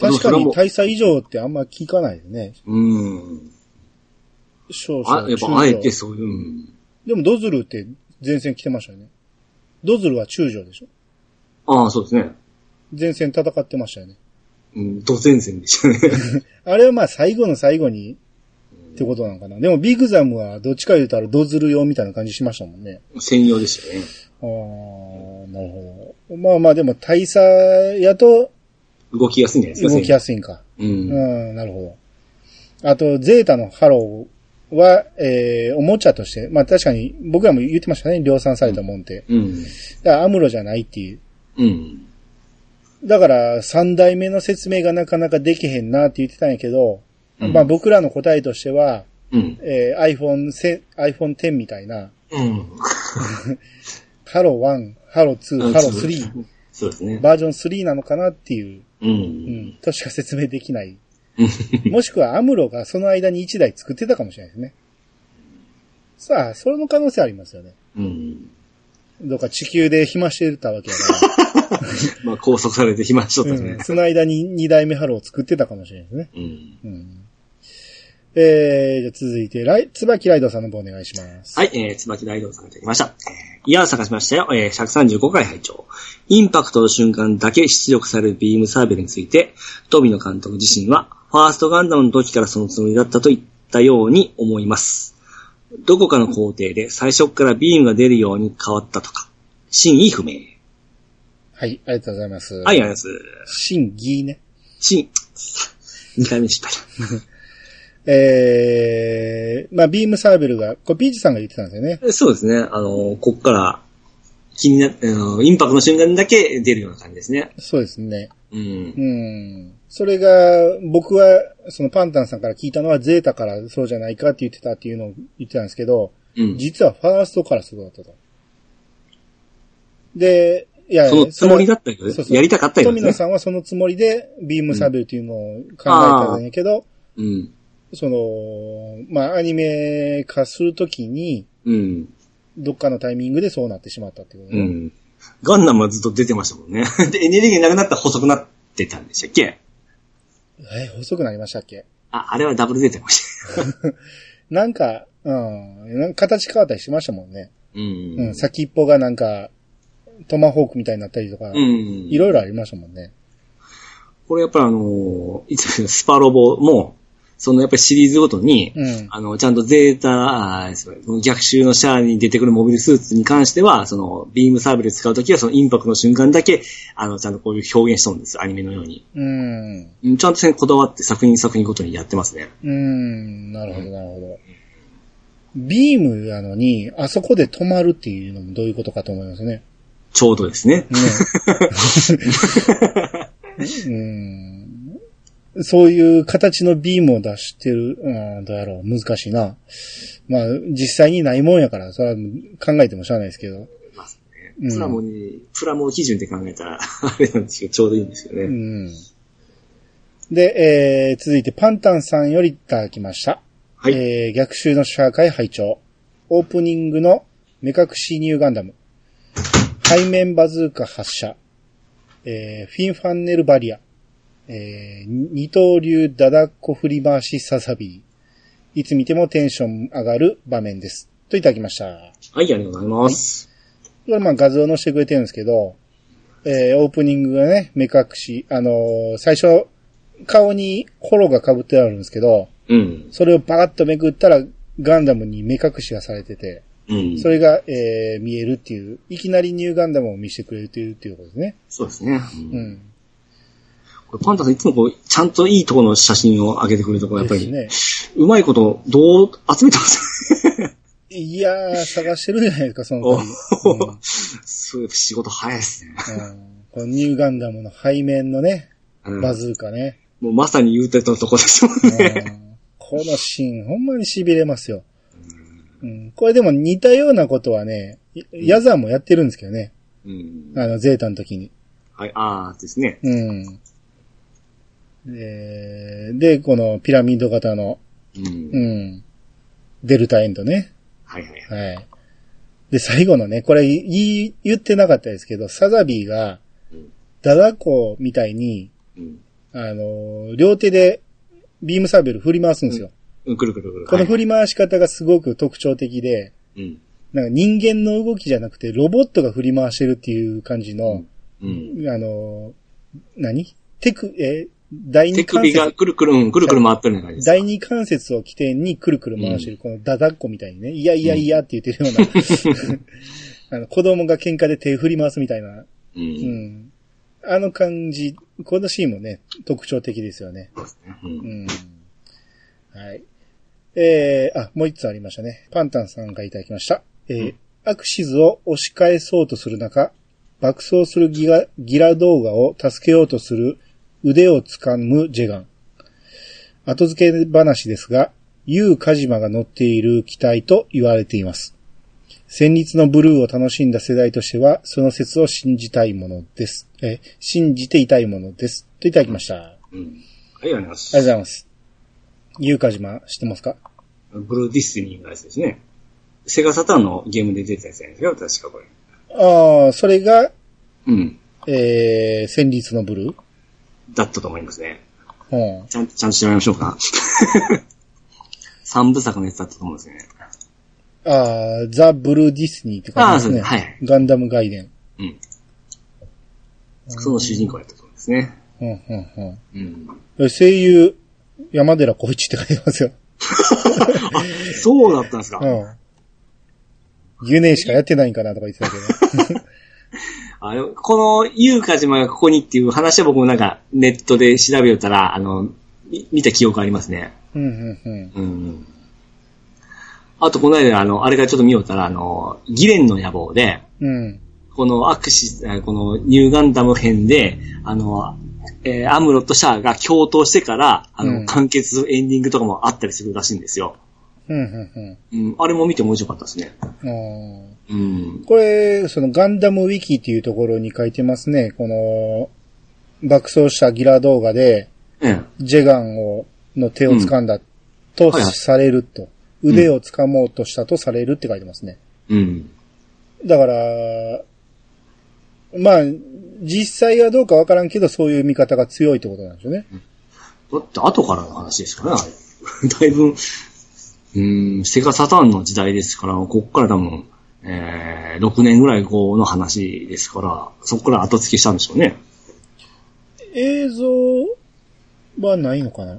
A: 確
B: そ
A: か
B: れはも
A: に
B: う
A: 大佐以上ってあんま聞かないよね。
B: うん。
A: 少
B: あ
A: 々。
B: やっ
A: 中
B: ぱ
A: 将
B: あえてそういう、うん
A: でもドズルって前線来てましたよね。ドズルは中将でしょ
B: ああ、そうですね。
A: 前線戦ってましたよね。
B: うん、土前線でした ね。
A: あれはまあ最後の最後にってことなのかな。でもビッグザムはどっちか言うたらドズル用みたいな感じしましたもんね。
B: 専用でしたね。
A: あー、なるほど。まあまあでも大佐やと
B: 動きやすいんじゃないですか、
A: 動きやすいんか。
B: 専用うん。
A: うん、なるほど。あと、ゼータのハローは、えー、おもちゃとして、まあ確かに僕らも言ってましたね、量産されたもんって。
B: うん。
A: だからアムロじゃないっていう。
B: うん。
A: だから、三代目の説明がなかなかできへんなって言ってたんやけど、
B: うん
A: まあ僕らの答えとしては、
B: うん。
A: えー、iPhone 10 iPhone 10みたいな、
B: うん。
A: ハロー1、ハロー2、ハロー
B: 3。そうです
A: 3、
B: ね。
A: バージョン3なのかなっていう、う
B: う。
A: んん、としか説明でき ない。
B: うん
A: もしくはアムロがその間に1台作ってたかもしれないですね。さあ、それの可能性ありますよね。
B: うん。
A: どうか地球で暇してたわけやか
B: まあ、拘束されて暇しとった
A: ら、
B: で
A: う
B: すね
A: ん、。その間に2代目ハローを作ってたかもしれないですね。
B: うん。
A: うんえー、じゃあ続いて、ライ、椿ライドさんの方お願いします。
B: はい、えー、椿大道さんがいただきました。えーいやー、探しましたよ。えー、135回拝聴インパクトの瞬間だけ出力されるビームサーベルについて、富野監督自身は、ファーストガンダムの時からそのつもりだったと言ったように思います。どこかの工程で最初からビームが出るように変わったとか、真意不明。
A: はい、ありがとうございます。
B: はい、ありがとうございます。
A: シンギーね。
B: 真、 2回目失敗
A: えー、まあ、ビームサーベルが、これピーチさんが言ってたんですよね。
B: だ。そうですね。あの、こっから、気にな、あのインパクトの瞬間だけ出るような感じですね。
A: そうですね。
B: うん
A: う。ん。それが、僕は、そのパンタンさんから聞いたのは、ゼータからそうじゃないかって言ってたっていうのを言ってたんですけど、
B: うん。
A: 実はファーストからそうだったと。で、いや、
B: そのつもりだ
A: っ
B: ったけど、
A: そうそう
B: やりたかったよ
A: 富野
B: ね。
A: さんはそのつもりで、ビームサーベルっていうのを考えたんやけど、
B: うん。
A: その、まあ、アニメ化するときに、
B: うん。
A: どっかのタイミングでそうなってしまったってこと
B: う
A: ね。
B: ん。ガンダムはずっと出てましたもんね。 で、エネルギーなくなったら細くなってたんでしたっけ
A: え、細くなりましたっけ
B: あ、あれはダブル出てました。
A: なんか、うん、なんか形変わったりしましたもんね。
B: うん
A: うん、先っぽがなんか、トマホークみたいになったりとか、
B: うん
A: いろいろありましたもんね。
B: これやっぱりあのーいつもスパロボも、そのやっぱりシリーズごとに、
A: うん
B: あの、ちゃんとゼータ、あーそう逆襲のシャアに出てくるモビルスーツに関しては、その、ビームサーベル使うときは、そのインパクトの瞬間だけ、あの、ちゃんとこういう表現しとるんです、アニメのように。
A: うん。
B: うんちゃんとそれにこだわって作品作品ごとにやってますね。
A: うーん、なるほど、なるほど。ビームなのに、あそこで止まるっていうのもどういうことかと思いますね。
B: ちょうどですね。
A: ねうーんそういう形のビームを出してる、うん、どうやろう、難しいな。まあ、実際にないもんやから、それは考えてもしゃあないですけど。
B: ますね
A: うん
B: プラモに、プラモ基準で考えたら、 あれなんですけど、ちょうどいいんですよ
A: う
B: ね。
A: ん、で、えー、続いてパンタンさんよりいただきました。
B: はい。
A: えー逆襲の社会拝聴オープニングの目隠しニューガンダム。背面バズーカ発射。えーフィンファンネルバリア。えー二刀流ダダッコ振り回しササビー。いつ見てもテンション上がる場面です。といただきました。
B: はい、ありがとうございます。
A: これまあ画像載せてくれてるんですけど、えーオープニングがね、目隠し、あのー最初、顔にホロが被ってあるんですけど、
B: うん。
A: それをパカッとめくったら、ガンダムに目隠しがされてて、
B: うん。
A: それが、えー、見えるっていう、いきなりニューガンダムを見せてくれてるっていうことですね。
B: そうですね。うん
A: うん。
B: これパンタさんいつもこう、ちゃんといいところの写真を上げてくれるところ、やっぱり、
A: ですね。
B: うまいこと、どう集めてますね
A: いやー、探してるじゃないですか、その
B: お
A: 時。うんう ん
B: すごい仕事早いですね。
A: このニューガンダムの背面のね、
B: うん
A: バズーカね。
B: もうまさに言うてたとこですもん
A: う
B: ね。
A: んこのシーン、ほんまに痺れますよ。うん、これでも似たようなことはね、いヤザーもやってるんですけどね。
B: うん。
A: あの、ゼータの時に。
B: はい、あーですね。
A: うん。えーで、このピラミッド型の、
B: うん。
A: うん、デルタエンドね。
B: はいはい。
A: はい。で、最後のね、これ言い、言ってなかったですけど、サザビーが
B: うん、
A: ダダコみたいに、
B: うん
A: あのー両手で、ビームサーベル振り回すんですよ。
B: うん。くるくるくる。
A: この
B: はい
A: 振り回し方がすごく特徴的で、
B: うん。
A: なんか人間の動きじゃなくて、ロボットが振り回してるっていう感じの、
B: うん。
A: あのー何手首、えー第
B: 手
A: 二関
B: 首
A: 節
B: がくるくる、うん、くるくる回ってるような感じです。
A: 第二関節を起点にくるくる回してる、このダダっ子みたいにね、いやいやいやって言ってるよう な、あの子供が喧嘩で手振り回すみたいな、
B: う。
A: うんん。あの感じ、このシーンもね、特徴的ですよね。
B: そうですね。う。
A: うんん。はい。えー、あ、もう一つありましたね。パンタンさんがいただきました。えー、アクシズを押し返そうとする中、爆走するギガギラ動画を助けようとする腕を掴むジェガン。後付け話ですが、ユウカジマが乗っている機体と言われています。戦慄のブルーを楽しんだ世代としては、その説を信じたいものです。えー、信じていたいものです。といただきました。
B: うん。はい、ありがとうござい
A: あ
B: ま
A: りがとうご
B: す。
A: ざいます。ゆうかじま知ってますか
B: ブルーディスティニーのやつですね。セガサターンのゲームで出てたやつじゃないですか、確かこれ。
A: ああ、それが、
B: うん。
A: えー、戦慄のブルー。
B: だったと思いますね。
A: うん。
B: ちゃんと、ちゃんと調べましょう か。三部作のやつだったと思うんですよね。
A: ああ、ザ・ブルー・ディスニーって感じですね。
B: あーそうですはい
A: ガンダム外伝。
B: うん。その主人公やったと思うんですね。
A: うん、うん、
B: うん。
A: うん。声優、山寺小一って書いてますよ。
B: そうだったんですか。
A: うん。ユネしかやってないんかなとか言ってたけど。
B: あのこの、ゆうかじまがここにっていう話は僕もなんか、ネットで調べよったら、あの、み見た記憶ありますね。
A: うん、うん、うん。
B: うん。あと、この間、あの、あれがちょっと見よったら、あの、ギレンの野望で、
A: うん。
B: このアクシ、あこのニューガンダム編で、あの、えーアムロとシャアが共闘してから、あの、
A: うん
B: 完結エンディングとかもあったりするらしいんですよ。
A: うん、うん、
B: うん、あれも見て面白かったですね。
A: うん。あー
B: うん。
A: これ、そのガンダムウィキっていうところに書いてますね。この、爆走したギラ動画で、
B: うん。
A: ジェガンを、の手を掴んだと
B: はいはい
A: されると。腕を掴もうとしたとされるって書いてますね。
B: うん。
A: だから、まあ、実際はどうかわからんけど、そういう見方が強いってことなんでしょうね。
B: だって後からの話ですからね、あれ。 だいぶ、うん、セガサターンの時代ですから、こっから多分、えー、6年ぐらい後の話ですから、そこから後付けしたんでしょうね。
A: 映像はないのかな、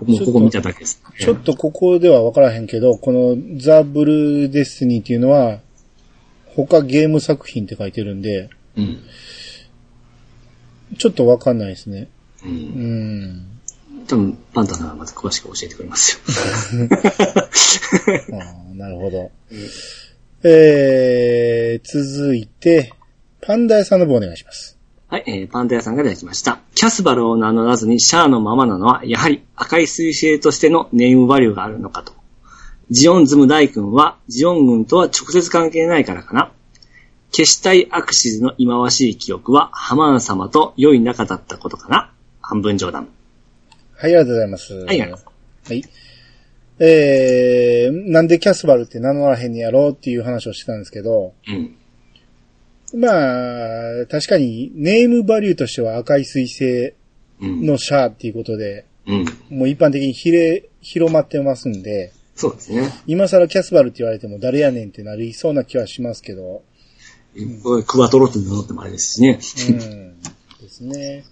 B: 僕もここ見ただけです。
A: ちょっとここではわからへんけど、このザ・ブルー・デスティニーっていうのは、他ゲーム作品って書いてるんで、
B: うん。
A: ちょっとわかんないですね。
B: う。
A: うんん。
B: 多分、パンタさんがまた詳しく教えてくれますよ。
A: あーなるほど。えー、続いて、パンダ屋さんの方お願いします。
B: はい、えー、パンダ屋さんがいただきました。キャスバルを名乗らずにシャアのままなのは、やはり赤い彗星としてのネームバリューがあるのかと。ジオンズム大君は、ジオン軍とは直接関係ないからかな。消したいアクシズの忌まわしい記憶は、ハマーン様と良い仲だったことかな。半分冗
A: は
B: 談。
A: い、ありがとうございます。
B: ありがとうござ
A: は
B: い
A: い。えー、なんでキャスバルって名乗らへんやろうっていう話をしてたんですけど、
B: うん。
A: まあ、確かにネームバリューとしては赤い彗星
B: うん。
A: のシャーっていうことで、
B: うん。
A: もう一般的にひれ、広まってますんで、
B: そうですね。
A: 今更キャスバルって言われても誰やねんってなりそうな気はしますけど、
B: これクワトロって名乗ってもあれですしね。
A: うん。ですね。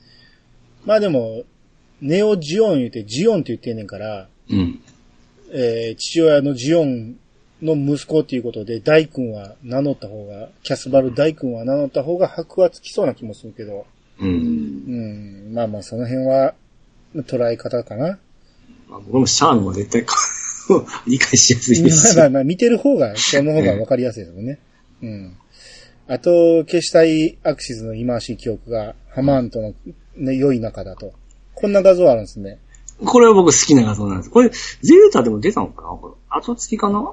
A: まあでも、ネオジオン言うて、ジオンって言ってんねんから、
B: うん。
A: えー父親のジオンの息子ということで、大君は名乗った方が、キャスバル大君は名乗った方が箔はつきそうな気もするけど、
B: うん。
A: うん、まあまあその辺は、捉え方かな。
B: まあ、僕もシャアの方が絶対、 理解しやすいで
A: ますあ
B: し
A: まあまあ見てる方が、その方がわかりやすいですもんね。うん。あと、消したいアクシズの忌まわしい記憶が、ハマーンとの、ね、良い仲だと。こんな画像あるんですね。
B: これは僕好きな画像なんです。これ、ゼータでも出たのかなこれ後付きかな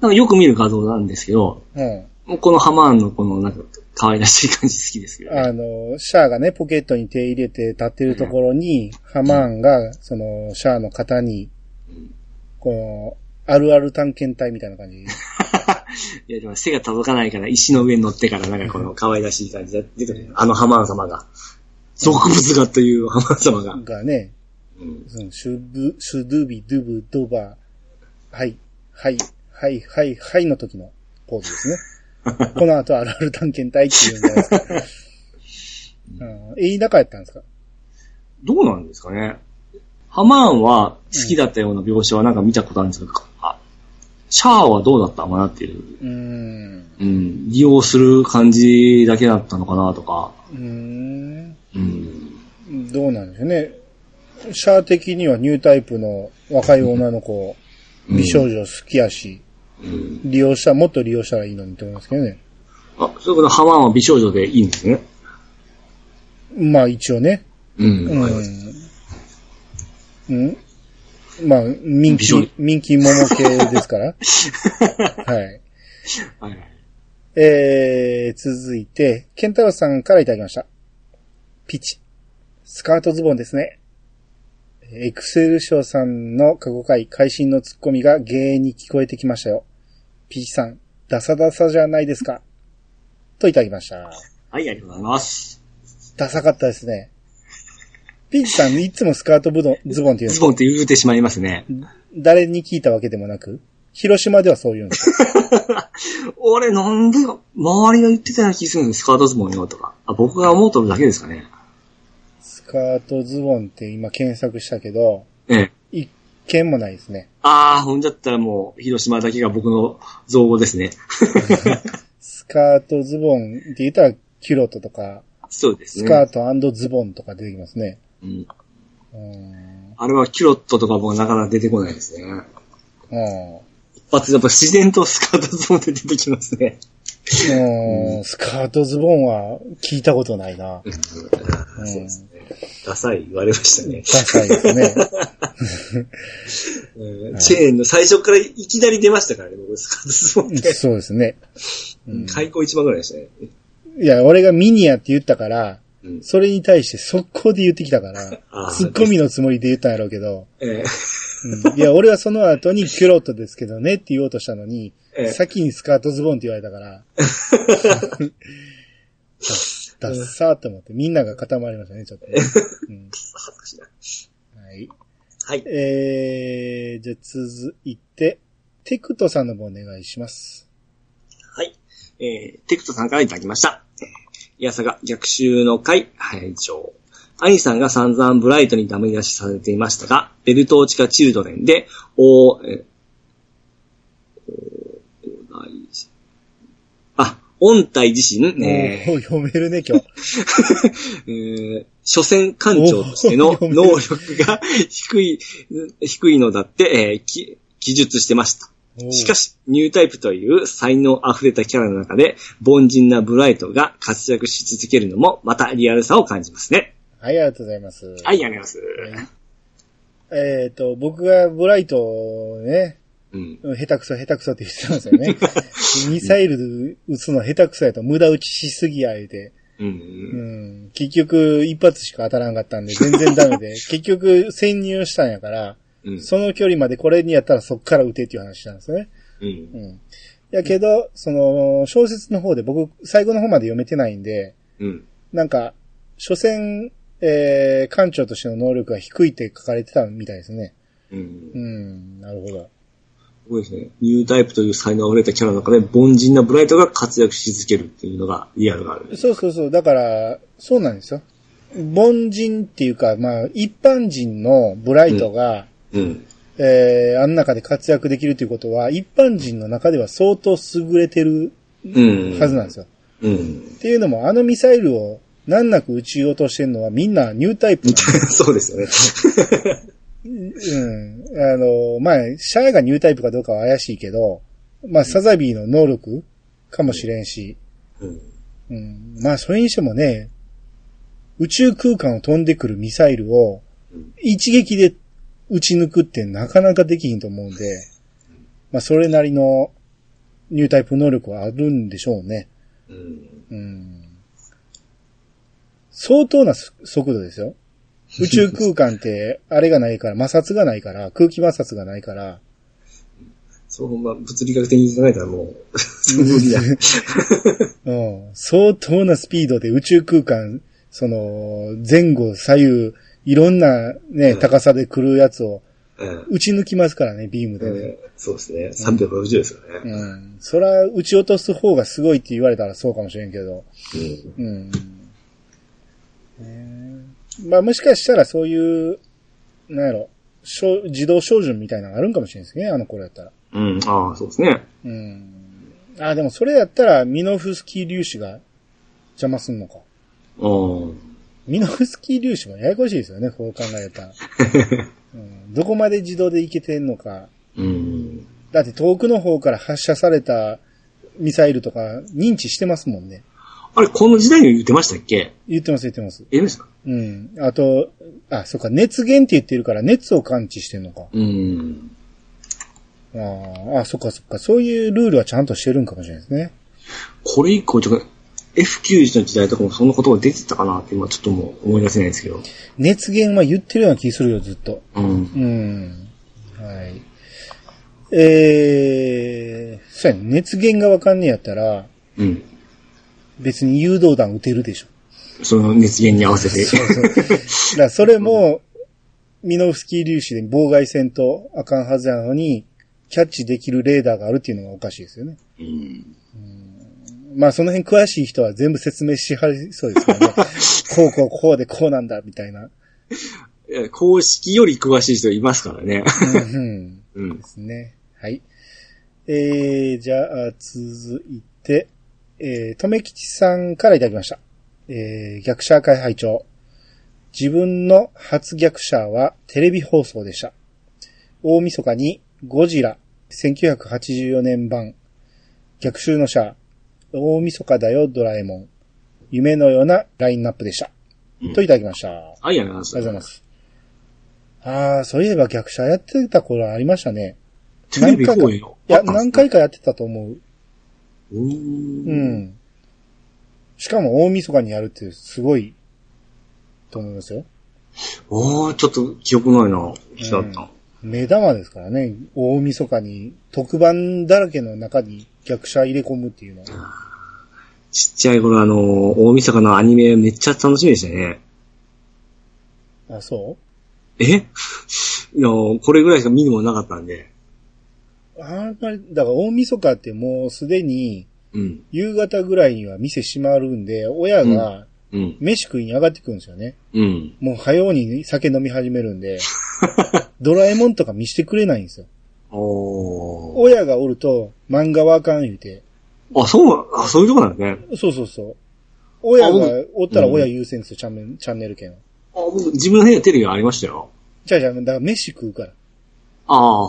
B: なんかよく見る画像なんですけど、
A: うん。
B: もうこのハマーンのこのなんか可愛らしい感じ好きですけどね。
A: あの、シャアがね、ポケットに手入れて立ってるところに、ハマーンが、その、シャアの肩に、この、あるある探検隊みたいな感じ。
B: いやでも背が届かないから石の上に乗ってからなんかこの可愛らしい感じで出てくる。あのハマーン様が。俗物がというハマーン様が。
A: がね、
B: うん
A: そのシュブ、シュドゥビ、ドゥブ、ドバー、はい、はい、はい、はい、はいの時のポーズ ですね。この後、あるある探検隊っていうんじゃないです か。うん、えい仲やったんですか
B: どうなんですかねハマーンは好きだったような描写はなんか見たことあるんですけど、あシャアはどうだったのかなっていう。
A: うーん。
B: うん、利用する感じだけだったのかなとか。
A: うーん。
B: うん。
A: どうなんでしょうね。シャア的にはニュータイプの若い女の子、
B: うん
A: 美少女好きやし、
B: うん。
A: 利用した、もっと利用したらいいのにと思いますけどね。
B: あ、そういうこと、ハマーンは美少女でいいんですね。
A: まあ一応ね。
B: うん。
A: うん
B: わかりまし。
A: うん。まあ、民
B: 美少女
A: 気、民気桃系です から。はい。
B: たはいはい
A: えー、続いて、ケンタロウさんからいただきました。ピチ。スカートズボンですね。エクセル賞さんの過去回、会心のツッコミが芸に聞こえてきましたよ。ピチさん、ダサダサじゃないですか。といただきました。
B: はい、ありがとうございます。
A: ダサかったですね。ピチさん、いつもスカートブドンズボンって言うんです
B: ズ
A: か
B: ボンって言うてしまいますね。
A: 誰に聞いたわけでもなく、広島ではそう言うんですか
B: 俺、なんで、周りが言ってたような気するんですスカートズボンよとか。あ、僕が思うとるだけですかね。
A: スカートズボンって今検索したけど、
B: ええ。
A: 一件もないですね。
B: あー、ほんじゃったらもう、広島だけが僕の造語ですね。
A: ススカート、ズボンって言ったら、キュロットとか、
B: そうです
A: ス
B: ね。
A: カートズボンとか出てきますね。
B: うん
A: うん。
B: あれはキュロットとか僕なかなか出てこないですね。
A: うん。
B: 一発やっぱ自然とスカートズボンで出てきますね。
A: うんスカートズボンは聞いたことないな。
B: うんそうですね。ダサい言われましたね
A: ダ。サいですね。
B: うんチェーンの最初からいきなり出ましたからね、僕、スカートズボンって。
A: そうですね。うん
B: 開口一番ぐらいでしたね。
A: いや、俺がミニアって言ったから、
B: うん
A: それに対して速攻で言ってきたか
B: あ
A: ら、
B: ー
A: ツッコミのつもりで言ったんやろうけど、
B: ええ
A: うんいや、俺はその後にキュロットですけどねって言おうとしたのに、
B: ええ
A: 先にスカートズボンって言われた から、ダッサーって思って、みんなが固まりましたね、ちょっとね、うん
B: 恥ずかしいな
A: はい。
B: はい。
A: えー、じゃあ続いて、テクトさんの方お願いします。
B: はい。えー、テクトさんからいただきました。えーイヤサが逆襲の回、拝聴。アニさんが散々ブライトにダメ出しされていましたが、ベルトーチカチルドレンで、おー、えー、おー大事あ、音体自身、えー
A: おー読めるね、今日。
B: えー所詮艦長としての能力が低い、低いのだって、えーき記述してました。
A: おー
B: しかし、ニュータイプという才能溢れたキャラの中で、凡人なブライトが活躍し続けるのも、またリアルさを感じますね。
A: はい、ありがとうございます。
B: はい、やります。
A: えっ、と、僕がブライトをね、
B: うん。
A: 下手くそ下手くそって言ってたんですよね。ミサイル撃つの下手くそやと無駄撃ちしすぎや、言うて。
B: う。
A: うんん。結局、一発しか当たらんかったんで、全然ダメで。結局、潜入したんやから、
B: うん。
A: その距離までこれにやったらそっから撃てっていう話なんですよね。
B: うん。
A: うん。やけど、その、小説の方で僕、最後の方まで読めてないんで、
B: うん。
A: なんか、所詮、えー、艦長としての能力が低いって書かれてたみたいですね。
B: うん
A: う。ん、なるほど。
B: すごいですね。ニュータイプという才能溢れたキャラの中で、凡人なブライトが活躍し続けるっていうのが、リアルがある。
A: そうそうそう。だから、そうなんですよ。凡人っていうか、まあ、一般人のブライトが、
B: うん。
A: えー、あん中で活躍できるということは、一般人の中では相当優れてる
B: うん。
A: はずなんですよ。
B: うん
A: っ。ていうのも、あのミサイルを難なく撃ち落としてるのはみんなニュータイプなんで
B: そうですよね。
A: うん。あの、まあ、シャアがニュータイプかどうかは怪しいけど、まあ、サザビーの能力かもしれんし、
B: うん。
A: うん。まあ、それにしてもね、宇宙空間を飛んでくるミサイルを
B: うん、
A: 一撃で撃ち抜くってなかなかできひんと思うんで、まあ、それなりのニュータイプ能力はあるんでしょうね。
B: うん。
A: うん。相当なす速度ですよ。宇宙空間って、あれがないから、摩擦がないから、空気摩擦がないから、
B: そう、まあ、物理学的に考えたらもう、 無理だ。
A: うん、相当なスピードで宇宙空間、その、前後、左右、いろんなね、
B: うん
A: 高さで来るやつを
B: うん
A: 撃ち抜きますからね、ビームでね。
B: えーそうですね。360ですよ
A: う
B: ね。
A: ん。そら、撃ち落とす方がすごいって言われたらそうかもしれんけど。
B: うん
A: うん。ねえまあもしかしたらそういう、なんやろ、少自動少女みたいなのがあるんかもしれないですね、あの頃やったら。
B: うん。ああ、そうですね。
A: うん。あ、でもそれやったらミノフスキー粒子が邪魔すんのか。
B: うん。
A: ミノフスキー粒子もややこしいですよね、こう考えたら。うん、どこまで自動でいけてんのか。
B: うん。
A: だって遠くの方から発射されたミサイルとか認知してますもんね。
B: あれ、この時代に言ってましたっけ
A: 言ってます、言ってます。
B: 言ってました
A: うん。あと、あ、そっか、熱源って言ってるから熱を感知してんのか。
B: うん。
A: あーあ、そっかそっか。そういうルールはちゃんとしてるんかもしれないですね。
B: これ以降、ちょっと、F91 の時代とかもそんなことが出てたかなって今ちょっともう思い出せないですけど。
A: 熱源は言ってるような気するよ、ずっと。
B: うん。
A: うん。はい。えー、そうやね。熱源がわかんねえやったら、
B: うん。
A: 別に誘導弾撃てるでしょ。
B: その熱源に合わせて。
A: だからそれも、ミノフスキー粒子で妨害戦とあかんはずなのに、キャッチできるレーダーがあるっていうのがおかしいですよね。
B: うん。
A: まあその辺詳しい人は全部説明しはりそうですからね。こうこうこうでこうなんだみたいな。
B: え公式より詳しい人いますからね。
A: うんうん
B: うん
A: で。すね。はい。えー、じゃあ続いて、えー、とめきちさんからいただきました。えー、逆者会拝聴自分の初逆者はテレビ放送でした。大晦日にゴジラ1984年版、逆襲のシャア、大晦日だよドラえもん、夢のようなラインナップでした。といただきました。あ
B: はい、ありがとう
A: りがとう
B: ご
A: ご
B: ざ
A: ざい
B: いま。
A: ますす。あー、そういえば逆者やってた頃ありましたね。
B: テレビ放映を。
A: いや、何回かやってたと思う。
B: うー
A: う
B: ん。
A: ん。しかも大晦日にやるってすごい、と思いますよ。
B: おー、ちょっと記憶ないな。違った。
A: 目玉ですからね、大晦日に特番だらけの中に逆者入れ込むっていうのは。
B: ちっちゃい頃あの、大晦日のアニメめっちゃ楽しみでしたね。
A: あ、そ
B: え いや、これぐらいしか見るものなかったんで。
A: うあんまり、だから大晦日ってもうすでに
B: うん。
A: 夕方ぐらいには店閉まるんで、親が
B: うん。
A: 飯食いに上がってくるんですよね。
B: うん。
A: もう早うに酒飲み始めるん で、ドラえもんとか見してくれないんですよ。
B: おー。
A: 親がおると漫画はあかん言うて、
B: あ、そう、あ、そういうとこなんですね。
A: そうそうそう。親
B: あ
A: がおったら
B: うん
A: 親優先ですよ、チャンネル、チャンネル権。
B: あ、僕、自分の部屋にテレビありましたよ。
A: じゃあじゃあ、だから飯食うから。
B: あー、はは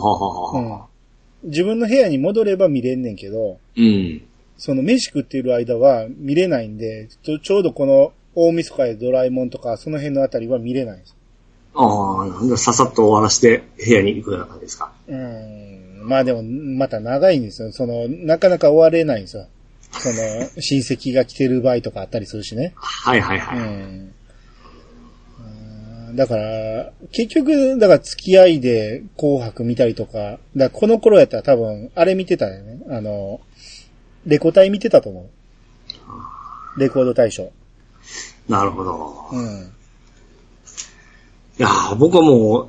B: はは。
A: 自分の部屋に戻れば見れんねんけど、
B: うん。
A: その飯食っている間は見れないんで、ちょちょうどこの大晦日やドラえもんとか、その辺のあたりは見れないんです。
B: ああ、なんだ、さっさっと終わらして部屋に行くような感じですか。
A: うーん。まあでも、また長いんですよ。その、なかなか終われないんですよ。その、親戚が来てる場合とかあったりするしね。
B: はいはいは
A: う
B: い。
A: んだから、結局、だから付き合いで紅白見たりとか、だからこの頃やったら多分、あれ見てたよね。あの、レコ大見てたと思う。レコード大賞。
B: なるほど。
A: うん。
B: いやー僕はもう、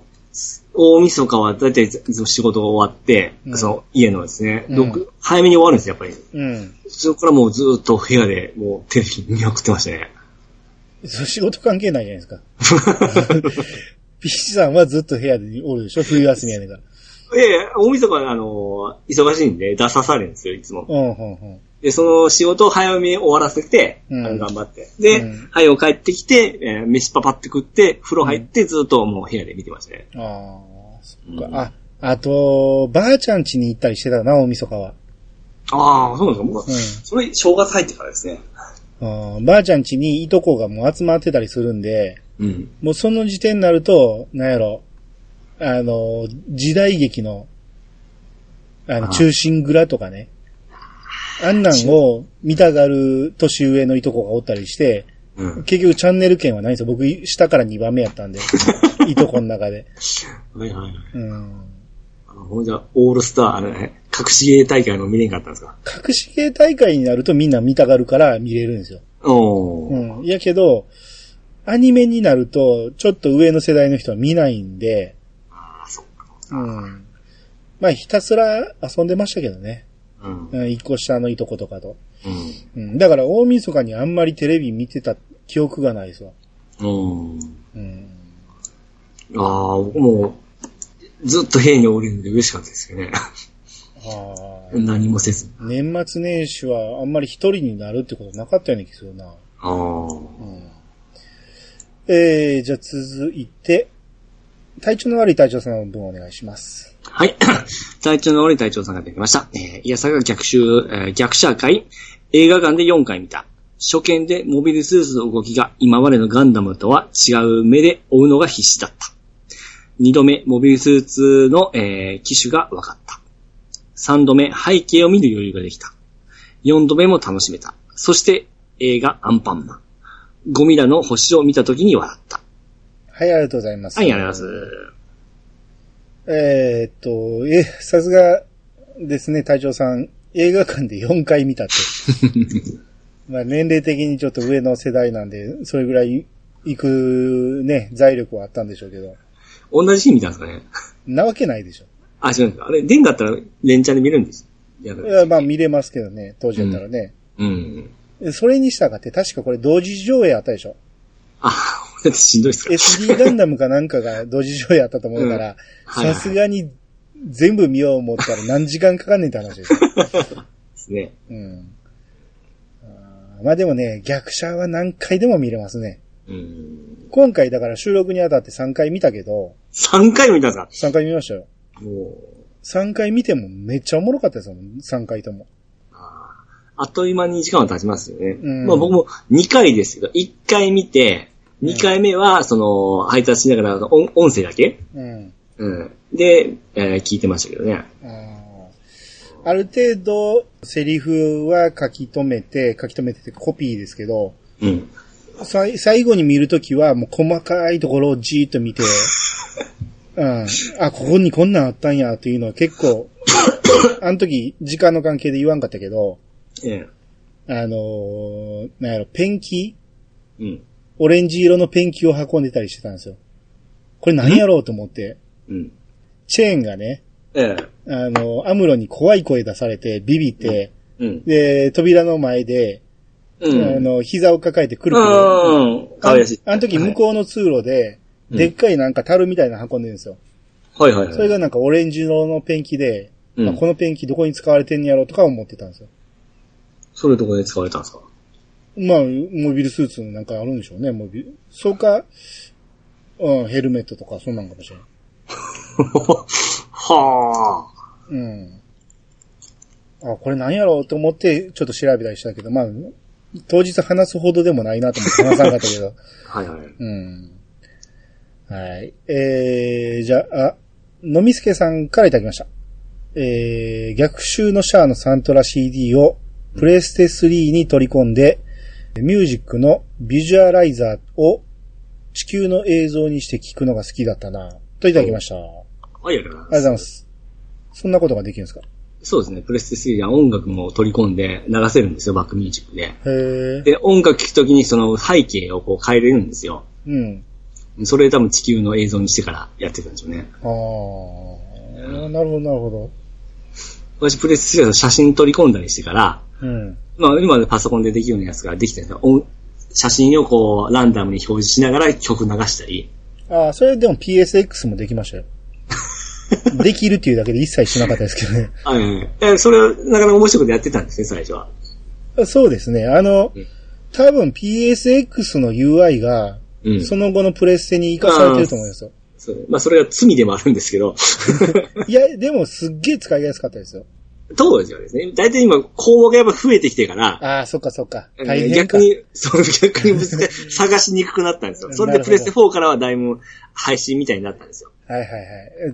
B: 大晦日はだいたい仕事が終わって、
A: うん
B: その家のですね、
A: うん
B: 僕早めに終わるんですよ、やっぱり。
A: うん。
B: そこからもうずーっと部屋でもうテレビ見送ってましたね。
A: そう仕事関係ないじゃない ですか。ピッチさんはずっと部屋でおるでしょ冬休みやねんから。
B: いやいや、大晦日はあのー忙しいんで出さされるんですよ、いつも。
A: うん、うん、うん。
B: で、その仕事を早めに終わらせて、
A: うん
B: あの頑張って。で、
A: うん
B: 早く帰ってきて、えー飯パパって食って、風呂入って、ずーっともう部屋で見てましたね。
A: ああ、そっか。
B: うん
A: あ、あと、ばあちゃん家に行ったりしてたな、大晦日は。
B: ああ、そうなんですか、僕は
A: うん
B: それ、正月入ってからですね。
A: うんばあちゃん家にいとこがもう集まってたりするんで、
B: うん。
A: もうその時点になると、なんやろ、あの、時代劇の、あの、
B: あ
A: 中心蔵とかね、あんなんを見たがる年上のいとこがおったりして、
B: うん。
A: 結局チャンネル権はないんですよ。僕、下から2番目やったんで、いとこの中で。
B: はいはいはい。
A: うん。
B: あの、ほんじゃ、オールスター、あれね、隠し芸大会の見れんかったんですか
A: 隠し芸大会になるとみんな見たがるから見れるんですよ。
B: おー。
A: うん。やけど、アニメになると、ちょっと上の世代の人は見ないんで、
B: ああ、そっか。
A: うん。まあ、ひたすら遊んでましたけどね。
B: うん。うん。
A: うん、一個下のいとことかと。うん。だから、大晦日にあんまりテレビ見てた記憶がないですわ。
B: うん。
A: うん。
B: ああ、僕も、ずっと部屋に降りるんで嬉しかったです よね。
A: ああ。
B: 何もせず。
A: 年末年始はあんまり一人になるってことなかったような気するな。
B: ああ。
A: うん。えー、じゃあ続いて、体調の悪い隊長さんの分お願いします。
B: はい。 隊長の俺隊長さんが出てきました。えー、いやさが逆襲、えー逆者会、映画館で4回見た。初見でモビルスーツの動きが今までのガンダムとは違う目で追うのが必死だった。2度目、モビルスーツの、えー機種が分かった。3度目、背景を見る余裕ができた。4度目も楽しめた。そして、映画アンパンマン。ゴミラの星を見た時に笑った。
A: はい、ありがとうございます。
B: はい、ありがとうございます。
A: えーっと、え、さすがですね、隊長さん。映画館で4回見 たって。まあ年齢的にちょっと上の世代なんで、それぐらい行くね、財力はあったんでしょうけど。
B: 同じシーン見たんですかね
A: なわけないでしょ。
B: あ、違うんですか。あれ、電だったら連チャンで見るんです。やる
A: いやまあ見れますけどね、当時やったらね。
B: うん。
A: それにしたがって確かこれ同時上映あったでしょ。
B: あ、俺だってしんどいっすから。
A: SD ガンダムかなんかが同時上映あったと思うから、
B: うはいはい
A: さすがに全部見よう思ったら何時間かかんねんって話ですよ。
B: ですね。
A: うん。まあでもね、逆者は何回でも見れますね。
B: うん。
A: 今回だから収録にあたって3回見たけど、
B: 3回も見たんですか
A: 3回見ましたよ。
B: もう、
A: 3回見てもめっちゃおもろかったですもん、3回とも。
B: あっという間に時間は経ちますよね。
A: うん
B: まあ僕も2回ですけど、1回見て、2回目は、その、配達しながら音、音声だけ、
A: うん。
B: うん、で、えー聞いてましたけどね。
A: あーある程度、セリフは書き留めて、書き留めててコピーですけど、
B: うん。
A: さい最後に見るときは、もう細かいところをじーっと見て、うん。あ、ここにこんなんあったんや、っていうのは結構、あの時、時間の関係で言わんかったけど、
B: え
A: あのーなんやろ、ペンキ
B: えうん。
A: オレンジ色のペンキを運んでたりしてたんですよ。これ何やろうと思って、
B: うん。
A: チェーンがね、
B: ええ
A: あの、アムロに怖い声出されて、ビビって、
B: うん。
A: で、扉の前で、
B: う
A: あ
B: ん。
A: の、膝を抱えてくるくる。
B: うん。かわいらしい。
A: あの時向こうの通路で、
B: うん
A: でっかいなんか樽みたいなの運んでるんですよ。
B: はいはいはい。
A: それがなんかオレンジ色のペンキで、
B: うん
A: まあこのペンキどこに使われてんやろうとか思ってたんですよ。
B: それどこで使われたんですか
A: まあ、モビルスーツなんかあるんでしょうね、モビル。そうか、うん、ヘルメットとかそんなんかもしれない。
B: はあ。
A: うん。あ、これなんやろうと思って、ちょっと調べたりしたけど、まあ、当日話すほどでもないなと思って話さなかったけど。
B: はいはい。
A: うん。はい。えー、じゃあ、のみすけさんからいただきました。えー、逆襲のシャアのサントラ CD をプレステ3に取り込んで、ミュージックのビジュアライザーを地球の映像にして聞くのが好きだったな、といただきました。あり
B: はい、ありがとうご
A: がとうご
B: ざい
A: ざい
B: ま
A: ます。そんなことができるんですか
B: す。そうですね。プレステ3は音楽も取り込んで流せるんですよ、バックミュージックで。
A: へー。
B: で、音楽聴くときにその背景をこう変えれるんですよ。
A: うん。
B: それ多分地球の映像にしてからやってたんですよね。
A: あー、なるほど、なるほ
B: 私、プレス3は写真取り込んだりしてから、
A: ど。うん。
B: まあ今パソコンでできるようなやつができてるんですが音写真をこうランダムに表示しながら曲流したり、
A: ああ、それでも PSX もできま したよ。できるっていうだけで一切しなかったですけどね。
B: はいはいはいそれをなかなか面白いことやってたんですね、最初は。
A: そうですね。あの
B: うん、
A: 多分 PSX の UI が、
B: うん。
A: その後のプレステに活かされてると思いますよ。
B: そうまあそれが罪でもあるんですけど、
A: いや、でもすっげえ使いやすかったですよ。
B: そうですよね。大体今項目がやっぱ増えてきてから、
A: ああ、そっかそっか。大変か
B: 逆。に、 そう、逆に難しい探しにくくなったんですよ。それでプレステ4からはだいぶ配信みたいになったんですよ。
A: はいはいはい。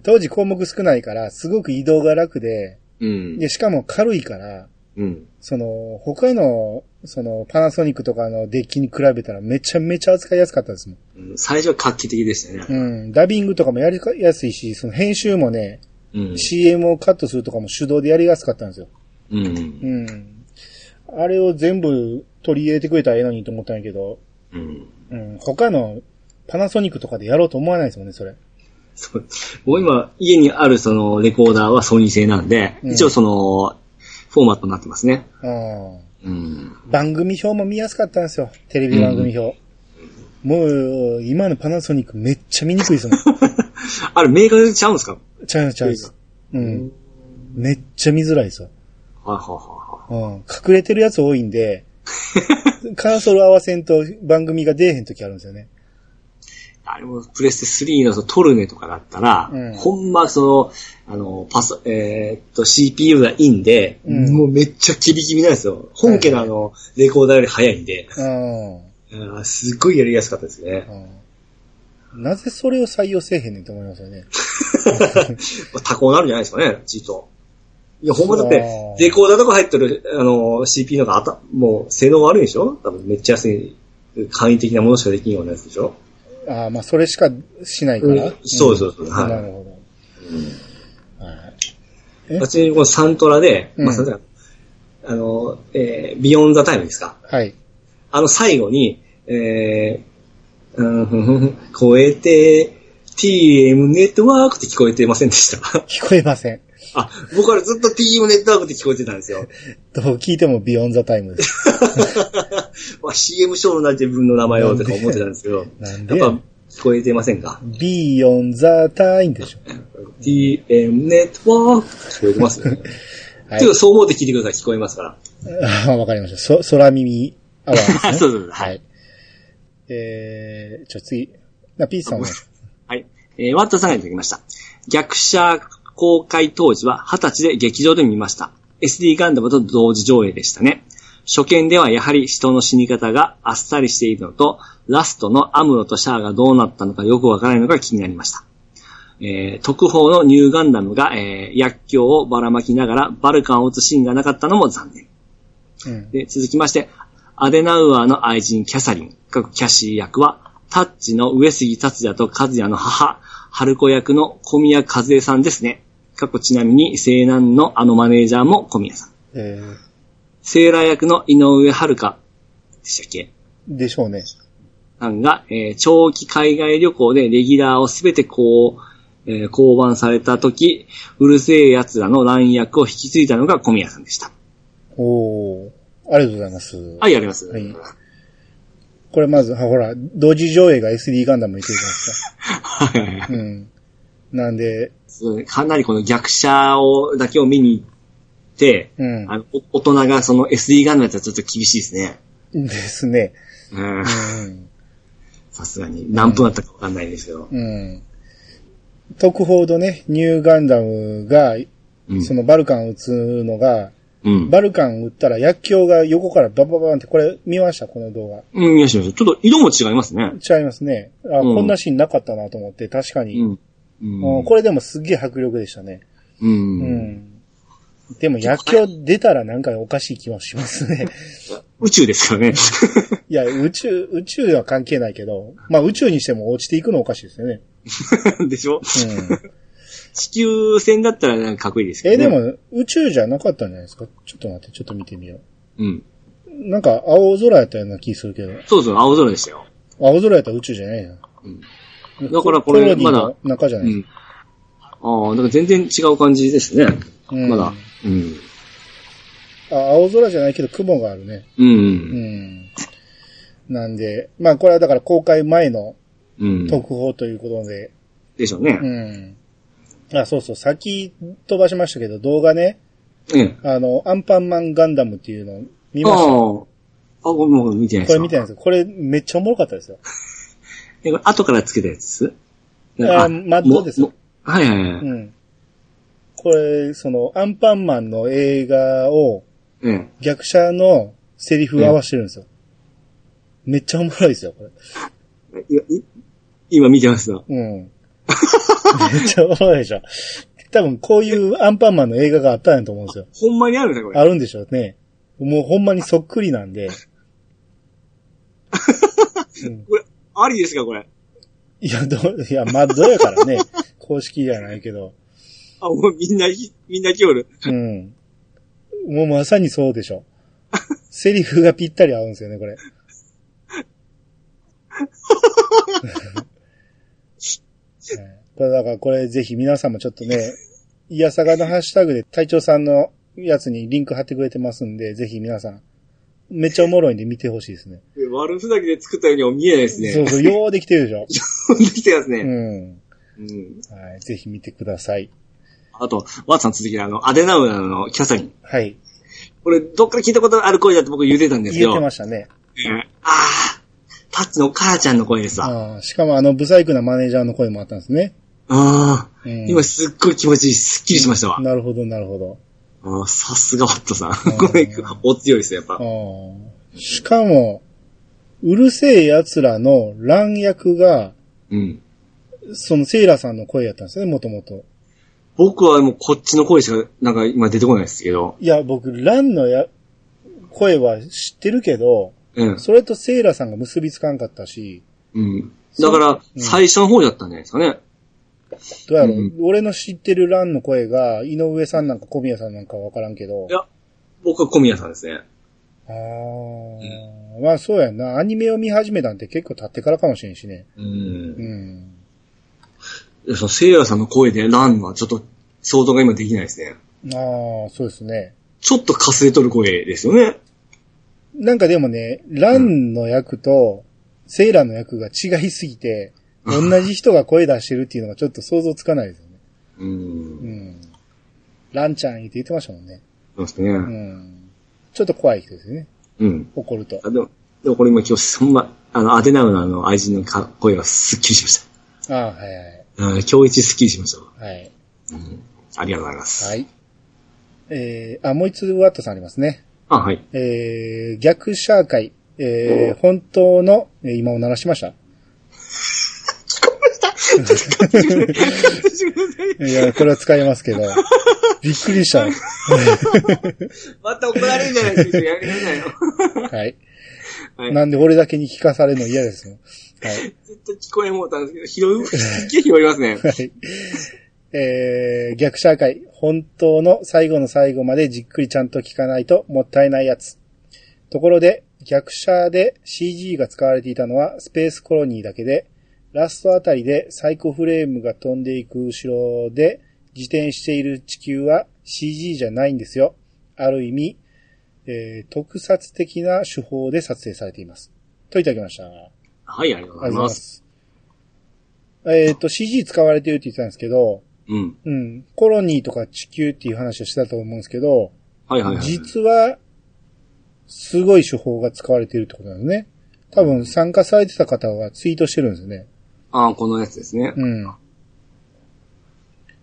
A: 当時項目少ないから、すごく移動が楽で、
B: うん。
A: で、しかも軽いから、
B: うん。
A: その、他の、その、パナソニックとかのデッキに比べたらめちゃめちゃ扱いやすかったですもん。
B: うん最初は画期的でしたね。
A: うん、ダビングとかもやりやすいし、その編集もね、
B: うん。
A: CM をカットするとかも手動でやりやすかったんですよ。
B: うん。
A: うん。あれを全部取り入れてくれたらええのにと思ったんやけど、
B: うん。
A: うん、他のパナソニックとかでやろうと思わないですもんね、それ。
B: そう。もう今、家にあるそのレコーダーはソニー製なんで、
A: うん
B: 一応その、フォーマットになってますね。
A: うん。
B: うん。
A: 番組表も見やすかったんですよ、テレビ番組表。もう、今のパナソニックめっちゃ見にくいですもん。
B: あれ、メーカーでちゃうんですか
A: チャンスチャンス。うん。めっちゃ見づらいですよ。
B: はいはいはいは
A: うん。隠れてるやつ多いん で、カンソル合わせんと番組が出えへん時あるんですよね。
B: い。あれも、プレステ3のそのトルネとかだったら、
A: うん
B: ほんまその、あの、パソ、えーっと、CPU がいいんで、
A: うん
B: もうめっちゃキビキビなんですよ。本家のあの、レコーダーより早いんで、
A: うん。
B: うんすっごいやりやすかったですね。
A: うんなぜそれを採用せえへんねんと思いますよね。
B: まあ多幸なるんじゃないですかね、チート。いや、ほんまだって
A: そう、
B: レコーダーとか入ってる、あの、CP のがあた、もう性能悪いでしょ多分めっちゃ安い、簡易的なものしかできんようなやつでしょ
A: ああ、まあそれしかしないから。
B: うんそうそうそうはい
A: なるほど。はいえ
B: 私このサントラで、
A: うん
B: まあ、サントラ、あの、えー、ビヨンザタイムですか
A: はい。
B: あの最後に、えー、うんふんふんふん、超えて、TM ネットワークって聞こえてませんでした。
A: 聞こえません。
B: あ、僕はずっと TM ネットワークって聞こえてたんですよ。
A: どう聞いてもビヨンザタイムです。
B: まあ、CM ショーのな自分の名前をとか思ってたんですけど、
A: なん
B: や
A: で
B: っぱ聞こえてませんか
A: ビヨンザタイムでしょ。
B: ?TM ネットワーク聞こえてま す、
A: は
B: ちょっとそう思って聞いてください。聞こえますから。
A: い。ああわかりました。そ、空耳アワーですね。
B: そうそうそうはい
A: い。えー、ちょ、次。な、ピースさんお願いします
B: はい。えー、ワットさんがいただきました。逆者公開当時は二十歳で劇場で見ました。SD ガンダムと同時上映でしたね。初見ではやはり人の死に方があっさりしているのと、ラストのアムロとシャアがどうなったのかよくわからないのが気になりました。えー特報のニューガンダムが、えー薬莢をばらまきながらバルカンを撃つシーンがなかったのも残念。
A: うん。
B: で、続きまして、アデナウアーの愛人キャサリン、各キャシー役は、タッチの上杉達也と和也の母、春子役の小宮和江さんですね。過去ちなみに、西南のあのマネージャーも小宮さん。
A: えー、
B: セーラー役の井上遥でしたっけ
A: でしょうね。
B: さんが、えー長期海外旅行でレギュラーをすべてこう、えー降板された時、うるせえ奴らの乱役を引き継いだのが小宮さんでした。
A: おー。ありがとうございます。
B: はい、あります。
A: はいこれまず、あほら、同時上映が SD ガンダムに行ってる
B: はい
A: じゃ
B: はいはい
A: ないですか。うん。なんで、
B: そうかなりこの逆者を、だけを見に行って、
A: うん
B: あのお大人がその SD ガンダムだったらちょっと厳しいですね。
A: ですね。
B: うん
A: うん。
B: さすがに。何分だったかわかんないですけど。
A: うん。特報とね、ニューガンダムが、
B: うん。
A: そのバルカン撃つのが、
B: うん。
A: バルカン撃ったら薬莢が横からバンバンバンって、これ見ましたこの動画。
B: うん、よしよし。ちょっと色も違いますね。
A: 違いますね。あ、
B: うん
A: こんなシーンなかったなと思って、確かに。
B: うん。う
A: うん
B: ん。
A: これでもすっげえ迫力でしたね。
B: う。
A: うんん。でも薬莢出たらなんかおかしい気もします ね。
B: 宇宙ですからね。
A: いや、宇宙、宇宙は関係ないけど、まあ宇宙にしても落ちていくのおかしいですよね。
B: でしょ
A: うん。
B: 地球船だったらなんかかっこいいですけ
A: え、
B: ど、ね。
A: で。も宇宙じゃなかったんじゃないですかちょっと待って、ちょっと見てみよう。
B: うん。
A: なんか青空やったような気するけど、
B: そうそう、青空でしたよ。
A: 青空やったら宇宙じゃないな。
B: うん。だから
A: コ
B: これ
A: ロニーの
B: まだ
A: 中じゃな
B: う
A: いです
B: ん。ああ、だから全然違う感じですね。
A: か。うん
B: まだ。うん。
A: あ、青空じゃないけど雲があるね。
B: う。
A: うんん。なんで、まあこれはだから公開前の
B: うん。
A: 特報ということで、
B: でしょうね
A: う。ん。あ、そうそう、先飛ばしましたけど、動画ね、
B: え
A: あの、アンパンマンガンダムっていうの見
B: え。
A: ました。
B: ああ。あ、ごめんごめん、見てない
A: こ
B: です
A: れ
B: わ
A: 見てないですこれめっちゃおもろかったですよ。
B: えこれ後からつけたやつです
A: あマッドです
B: ももはいはいは
A: う
B: い。
A: ん。これ、その、アンパンマンの映画を
B: ええ。
A: 逆者のセリフを合わせてるんですよ。めっちゃおもろいですよ、これ。
B: いい今見てますわ。
A: うん。めっちゃおもろいでしょ。多分こういうアンパンマンの映画があったんやと思うんですよ。
B: ほんまにあるんだ、これ。
A: あるんでしょうね。もうほんまにそっくりなんで。うん
B: これ、ありですか、これ。
A: いや、どう、いや、マッドやからね。 公式じゃないけど。
B: あ、もうみんな、ひみんな来おる。
A: うん。もうまさにそうでしょ。セリフがぴったり合うんですよね、これ。 はいこれだからこれぜひ皆さんもちょっとね、いやさがのハッシュタグで隊長さんのやつにリンク貼ってくれてますんで、ぜひ皆さん、めっちゃおもろいんで見てほしいですね。
B: 悪ふざけで作ったようには見えないですね。
A: そうそう、ようできてるでしょ。
B: 飛んできてます
A: う
B: ね。
A: ん。
B: うん。
A: はい、ぜひ見てください。
B: あと、ワッツさん続きで、あの、アデナウナのキャサリン。
A: はい。
B: これ、どっから聞いたことある声だって僕言うてたんです
A: 言え
B: よ。
A: て
B: あ
A: ましたね。
B: あー、タッチのお母ちゃんの声ですわ。
A: ああしかもあの、不細工なマネージャーの声もあったんですね。
B: ああ、
A: うん
B: 今すっごい気持ちいい、すっきりしましたわ。
A: なるほど、なるほど。
B: あーさすがワットさん
A: ん。
B: これ、お強いですよ、やっぱ。
A: ああしかも、うるせえ奴らの乱役が、
B: うん。
A: そのセイラさんの声やったんですね、もともと。
B: 僕はもうこっちの声しか、なんか今出てこないですけど。
A: いや、僕、乱のや、声は知ってるけど、
B: うん。
A: それとセイラさんが結びつかんかったし、
B: うん。だから、
A: ん
B: 最初の方だったんじゃないですかね。
A: どうやろう、
B: うん
A: 俺の知ってる乱の声が、井上さんなんか小宮さんなんかわからんけど
B: い、や、僕は小宮さんですね。
A: ああ、まあそうやんな、アニメを見始めたんて結構経ってからかもしれんしね。
B: う。
A: うんん。
B: その、せいやさんの声でランはちょっと、想像が今できないですね。
A: ああ、そうですね。
B: ちょっとかすれとる声ですよね。
A: なんかでもね、ランの役と、セイラの役が違いすぎて、
B: うん
A: 同じ人が声出してるっていうのがちょっと想像つかないですよね。
B: う。
A: うんん。ランちゃんって言ってましたもんね。
B: そうですね。
A: うん。ちょっと怖い人ですよね。
B: うん。
A: 起こると。
B: あでも、でもこれ今今日、ほんま、あの、アテナウのあの、愛人のか声がすっきりしまし
A: ああ、はいはい
B: た。うん、今日一すっきりしましたわ。
A: はい。
B: ありがとうございます。
A: はい。えー、あ、もう一つワットさんありますね。
B: あ、はい。
A: えー、逆シャー会、えー、本当の、えー今を鳴らしました。 いや、これは使いますけど。びっくりした。
B: また怒られるんじゃないですか。やめなさいよ。
A: はい。
B: はい
A: なんで俺だけに聞かされるの嫌ですよ。はい。
B: ずっと聞こえもうたんですけど、拾う、すっげえ拾いますね。
A: はい。えー、逆社会、本当の最後の最後までじっくりちゃんと聞かないともったいないやつ。ところで、逆社で CG が使われていたのはスペースコロニーだけで、ラストあたりでサイコフレームが飛んでいく後ろで自転している地球は CG じゃないんですよ。ある意味、えー特撮的な手法で撮影されています。といただきました。
B: はい、ありがとう
A: あ
B: ござい
A: りがとうございま
B: ます。
A: す。えっ、と、CG 使われてるって言ってたんですけど、
B: うん。
A: うん、コロニーとか地球っていう話をしてたと思うんですけど、
B: はいはいはい。
A: 実は、すごい手法が使われてるってことなんですね。多分参加されてた方はツイートしてるんですよね。
B: ああ、このやつですね。
A: うん。
B: は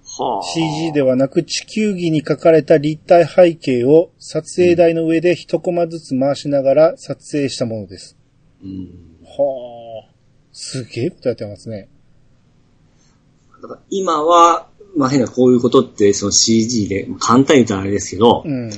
B: あ。
A: CG ではなく地球儀に書かれた立体背景を撮影台の上で一コマずつ回しながら撮影したものです。
B: うん。
A: はあ。すげえことやってますね。
B: だから今は、まあ変なこういうことって、その CG で、簡単に言ったらあれですけど、
A: うん。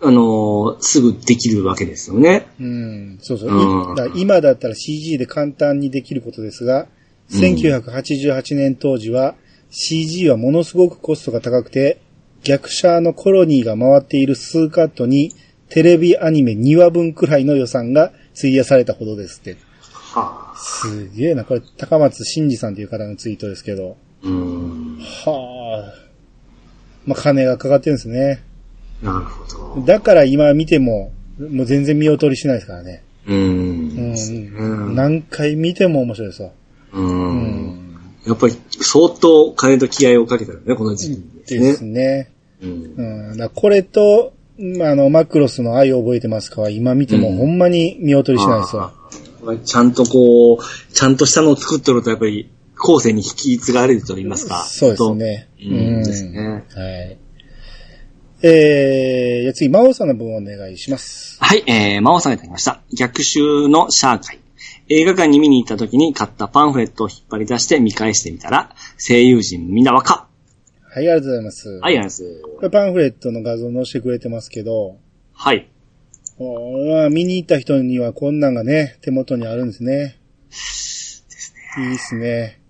B: あのーすぐできるわけですよね。
A: うん、そうそう。
B: うん
A: いだから今だったら CG で簡単にできることですが、
B: うん
A: 1988年当時は CG はものすごくコストが高くて、逆車のコロニーが回っている数カットにテレビアニメ2話分くらいの予算が費やされたほどですって。
B: はあ。
A: すげえな、これ高松真二さんという方のツイートですけど。
B: うん。
A: はあ。まあ、金がかかってるんですね。
B: なるほど。
A: だから今見ても、もう全然見劣りしないですからね。
B: う
A: うん
B: ん。
A: うん何回見ても面白いですわ。
B: う。
A: うん
B: やっぱり相当金と気合をかけたよね、この時期です
A: です
B: ね。
A: ね。
B: うん。
A: うん、だからこれと、まああの、マクロスの愛を覚えてますかは今見ても
B: うん
A: ほんまに見劣りしないですわ。
B: ああちゃんとこう、ちゃんとしたのを作ってると、やっぱり後世に引き継がれると言いますか。
A: そうですね。
B: と。うん。ですね。
A: はい。えー、じゃあ次、魔王さんの分お願いします。
B: はい、えー、魔王さんがいただきました。逆襲のシャー会。映画館に見に行った時に買ったパンフレットを引っ張り出して見返してみたら、声優陣みんな若
A: はい、ありがとうございます。
B: っ。はい、ありがとう
A: こ
B: ございます。
A: れパンフレットの画像載せてくれてますけど、
B: はい。
A: おーまあ見に行った人にはこんなんがね、手元にあるんですね。いいですね。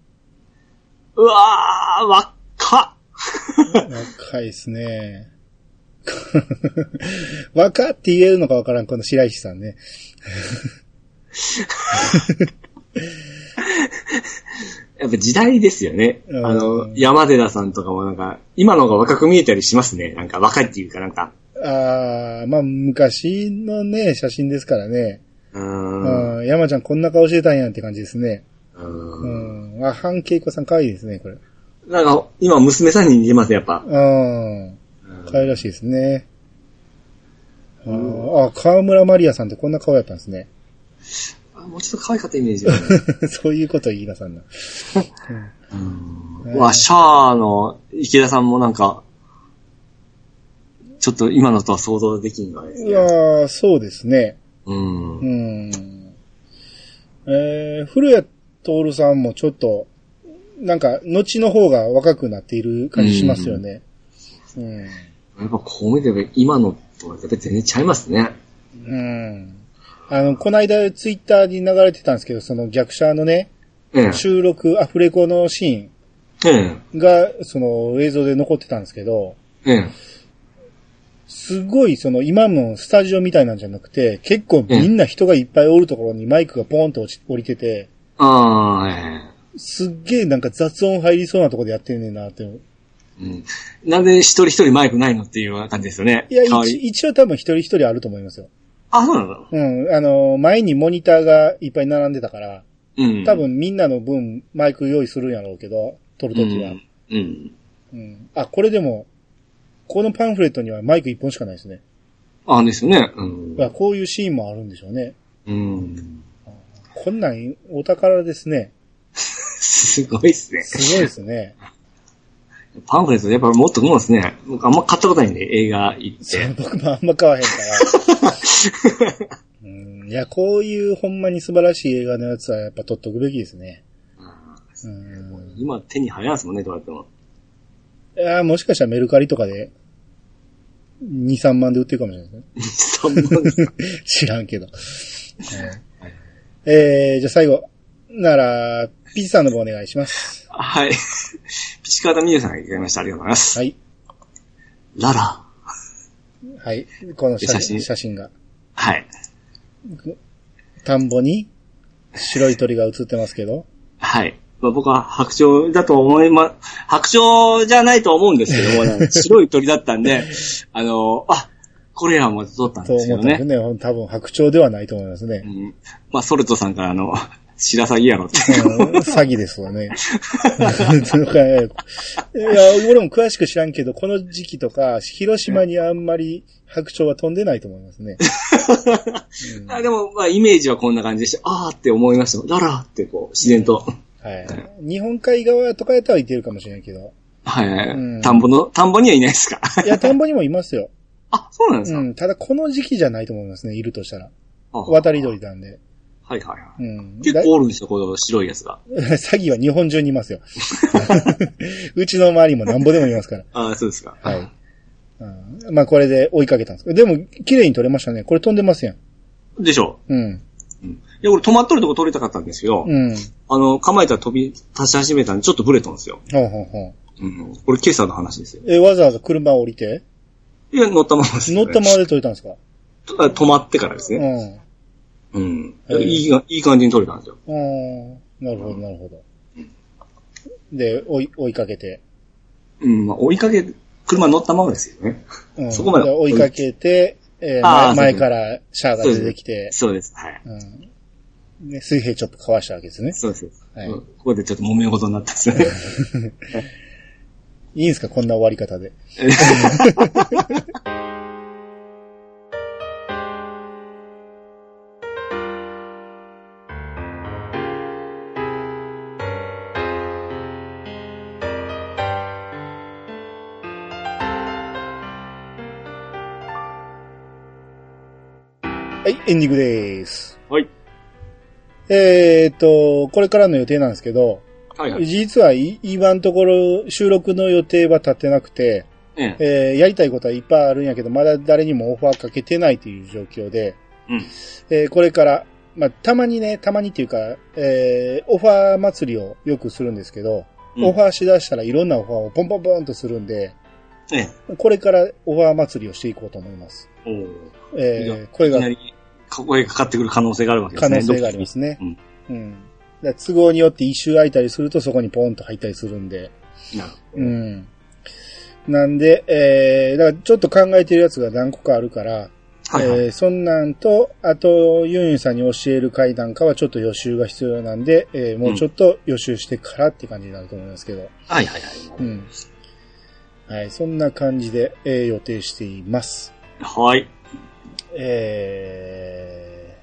B: うわー、若っ
A: 若いですね。 若って言えるのかわからん、この白石さんね。
B: やっぱ時代ですよね。
A: うん
B: あの、山寺さんとかもなんか、今の方が若く見えたりしますね。なんか若いっていうかなんか。
A: あー、まあ昔のね、写真ですからね。
B: う
A: う
B: ーん。
A: ん、山ちゃんこんな顔してたんやんって感じですね。う
B: うん
A: ん。あ、半恵子さん可愛いですね、これ。
B: なんか、今娘さんに似てますね、やっぱ。
A: うん。可愛らしいですね。あーあ、河村マリアさんってこんな顔やったんですね。
B: あもうちょっと可愛かったイメージがあ る。
A: そういうこと言いなさんな。
B: うわ、シャアの池田さんもなんか、ちょっと今のとは想像できんわです
A: い
B: ね。
A: やーそうですね。
B: うん
A: う。ん。えー、古谷徹さんもちょっと、なんか、後の方が若くなっている感じしますよね。うん。
B: やっぱこう見ても今のとはやっぱり全然ちゃいますね。
A: うん。あの、この間ツイッターに流れてたんですけど、その逆者のね、
B: ええ。
A: 収録、アフレコのシ
B: ええ。
A: ーンが、その映像で残ってたんですけど、
B: ええ。
A: すごい、その今のスタジオみたいなんじゃなくて、結構みんな人がいっぱいおるところにマイクがポーンと落ち降りてて、
B: ああ、ええ。
A: すっげえなんか雑音入りそうなとこでやってんねんなって。
B: うんなんで一人一人マイクないのっていうような感じですよね。
A: いや、
B: かわ
A: 一一応多分一人一人あると思いますよ。
B: あ、そうなんだ。
A: うん。あの、前にモニターがいっぱい並んでたから、
B: うん。
A: 多分みんなの分マイク用意するんやろうけど、撮る
B: う
A: ときは、
B: ん。うん。
A: うん。あ、これでも、このパンフレットにはマイク一本しかないですね。
B: ああ、ですよね。うん
A: ま。あこういうシーンもあるんでしょうね。
B: うん。
A: こんなん、お宝ですね。
B: すごいっすね。
A: すごいです ね。
B: パンフレットやっぱもっともんですね。僕あんま買ったことないんで、映画行っ
A: そう
B: て。
A: 僕もあんま買わへんから。 うん、いや、こういうほんまに素晴らしい映画のやつはやっぱ撮っとくべきですね。うん、
B: 今手に入らんすもんね、どうやっても。
A: いやーもしかしたらメルカリとかで、2、3万で売ってるかもしれないですね。
B: そんなもんですか
A: 知らんけど。えー、じゃあ最後。なら、ピチさんの方お願いします。
B: はい。ピチカータミルさんがいただきました。ありがとうございます。
A: はい。
B: ララ。
A: はい。この写
B: 写
A: 真
B: 真
A: 写真が。
B: はい。
A: 田んぼに白い鳥が映ってますけ ど。
B: はい。まあ、僕は白鳥だと思いま、白鳥じゃないと思うんですけども、な んか白い鳥だったんで、あの、あ、これやも撮ったん
A: と
B: です
A: 思
B: よ
A: ったんです
B: ね。
A: ね。多分白鳥ではないと思います
B: う
A: ね。
B: ん、まあ、ソルトさんからあの、白鷺やろって。
A: うん詐欺ですわね。 なんかいや、俺も詳しく知らんけど、この時期とか、広島にあんまり白鳥は飛んでないと思いますね。うん
B: あでも、まあ、イメージはこんな感じでして、あーって思いました。ララってこう、自然と。
A: はい。日本海側とかやったらいてるかもしれないけ ど。
B: はいはい、
A: うん
B: 田んぼの、田んぼにはいないですか
A: いや、田んぼにもいますよ。
B: あ、そうなんですか、
A: うん。ただ、この時期じゃないと思いますね、いるとしたら。
B: あ
A: 渡り鳥なんで。
B: はいはいは
A: う
B: い。
A: ん。
B: 結構おるんですよ、この白いやつが。
A: だ 詐欺は日本中にいますよ。 うちの周りもなんぼでもい ますから。
B: あーそうですか。
A: はい。うん、まあ、これで追いかけたんですけど。でも、綺麗に撮れましたね。これ飛んでますやん。
B: でしょ
A: うん。
B: う。うん、いや、俺止まっとるとこ撮りたかったんですけど、
A: うん。
B: あの、構えたら飛び出し始めたんで、ちょっとブレたんですよ。
A: ほうほうほう。
B: うん。これ今朝の話ですよ。
A: え、わざわざ車を降りて
B: いや、乗ったままです、
A: 乗ったままで撮れたんですか
B: ま止まってからです
A: う
B: ね。
A: ん。
B: うん。
A: えー
B: いいが、いい感じに撮れたんですよ。
A: うん。なるほど、なるほど。で、追い、追いかけて。
B: うん、まあ、追いかけ、車乗ったままですよね。
A: うん、
B: そこまで
A: 追いかけて、えー
B: あ
A: 前前
B: ーそうですね
A: からシャアが出てきて、
B: そうです。はい。
A: うんね、水平チョップかわしたわけですね。
B: そうです。
A: はい
B: うんここでちょっと揉め事になったんですよね。
A: いいんですかこんな終わり方で。はい、エンディングです。
B: はい。
A: えーっと、これからの予定なんですけど、
B: はいは い。
A: 実はい今のところ収録の予定は立ってなくて、
B: ええ。
A: えーやりたいことはいっぱいあるんやけど、まだ誰にもオファーかけてないという状況で、
B: うん。
A: えーこれから、まあ、たまにね、たまにっていうか、えーオファー祭りをよくするんですけど、
B: うん
A: オファーしだしたらいろんなオファーをポンポンポンとするんで、
B: ええ。
A: これからオファー祭りをしていこうと思います。
B: おーいや
A: えー、これ
B: いき
A: が
B: なり、ここへかかってくる可能性があるわけで
A: 可
B: すね。
A: 能性がありますね。
B: うん
A: うん。だから都合によって一周空いたりするとそこにポンと入ったりするんで、
B: なるほ
A: う
B: ど。
A: ん。なんで、えー、だからちょっと考えてるやつが何個かあるから、
B: はいはい。
A: えーそんなんと、あと、ユンユンさんに教える会なんかはちょっと予習が必要なんで、えーもうちょっと予習してからって感じになると思いますけど、
B: はいはい
A: うん。はい、そんな感じで、えー予定しています。
B: はい。はい。
A: え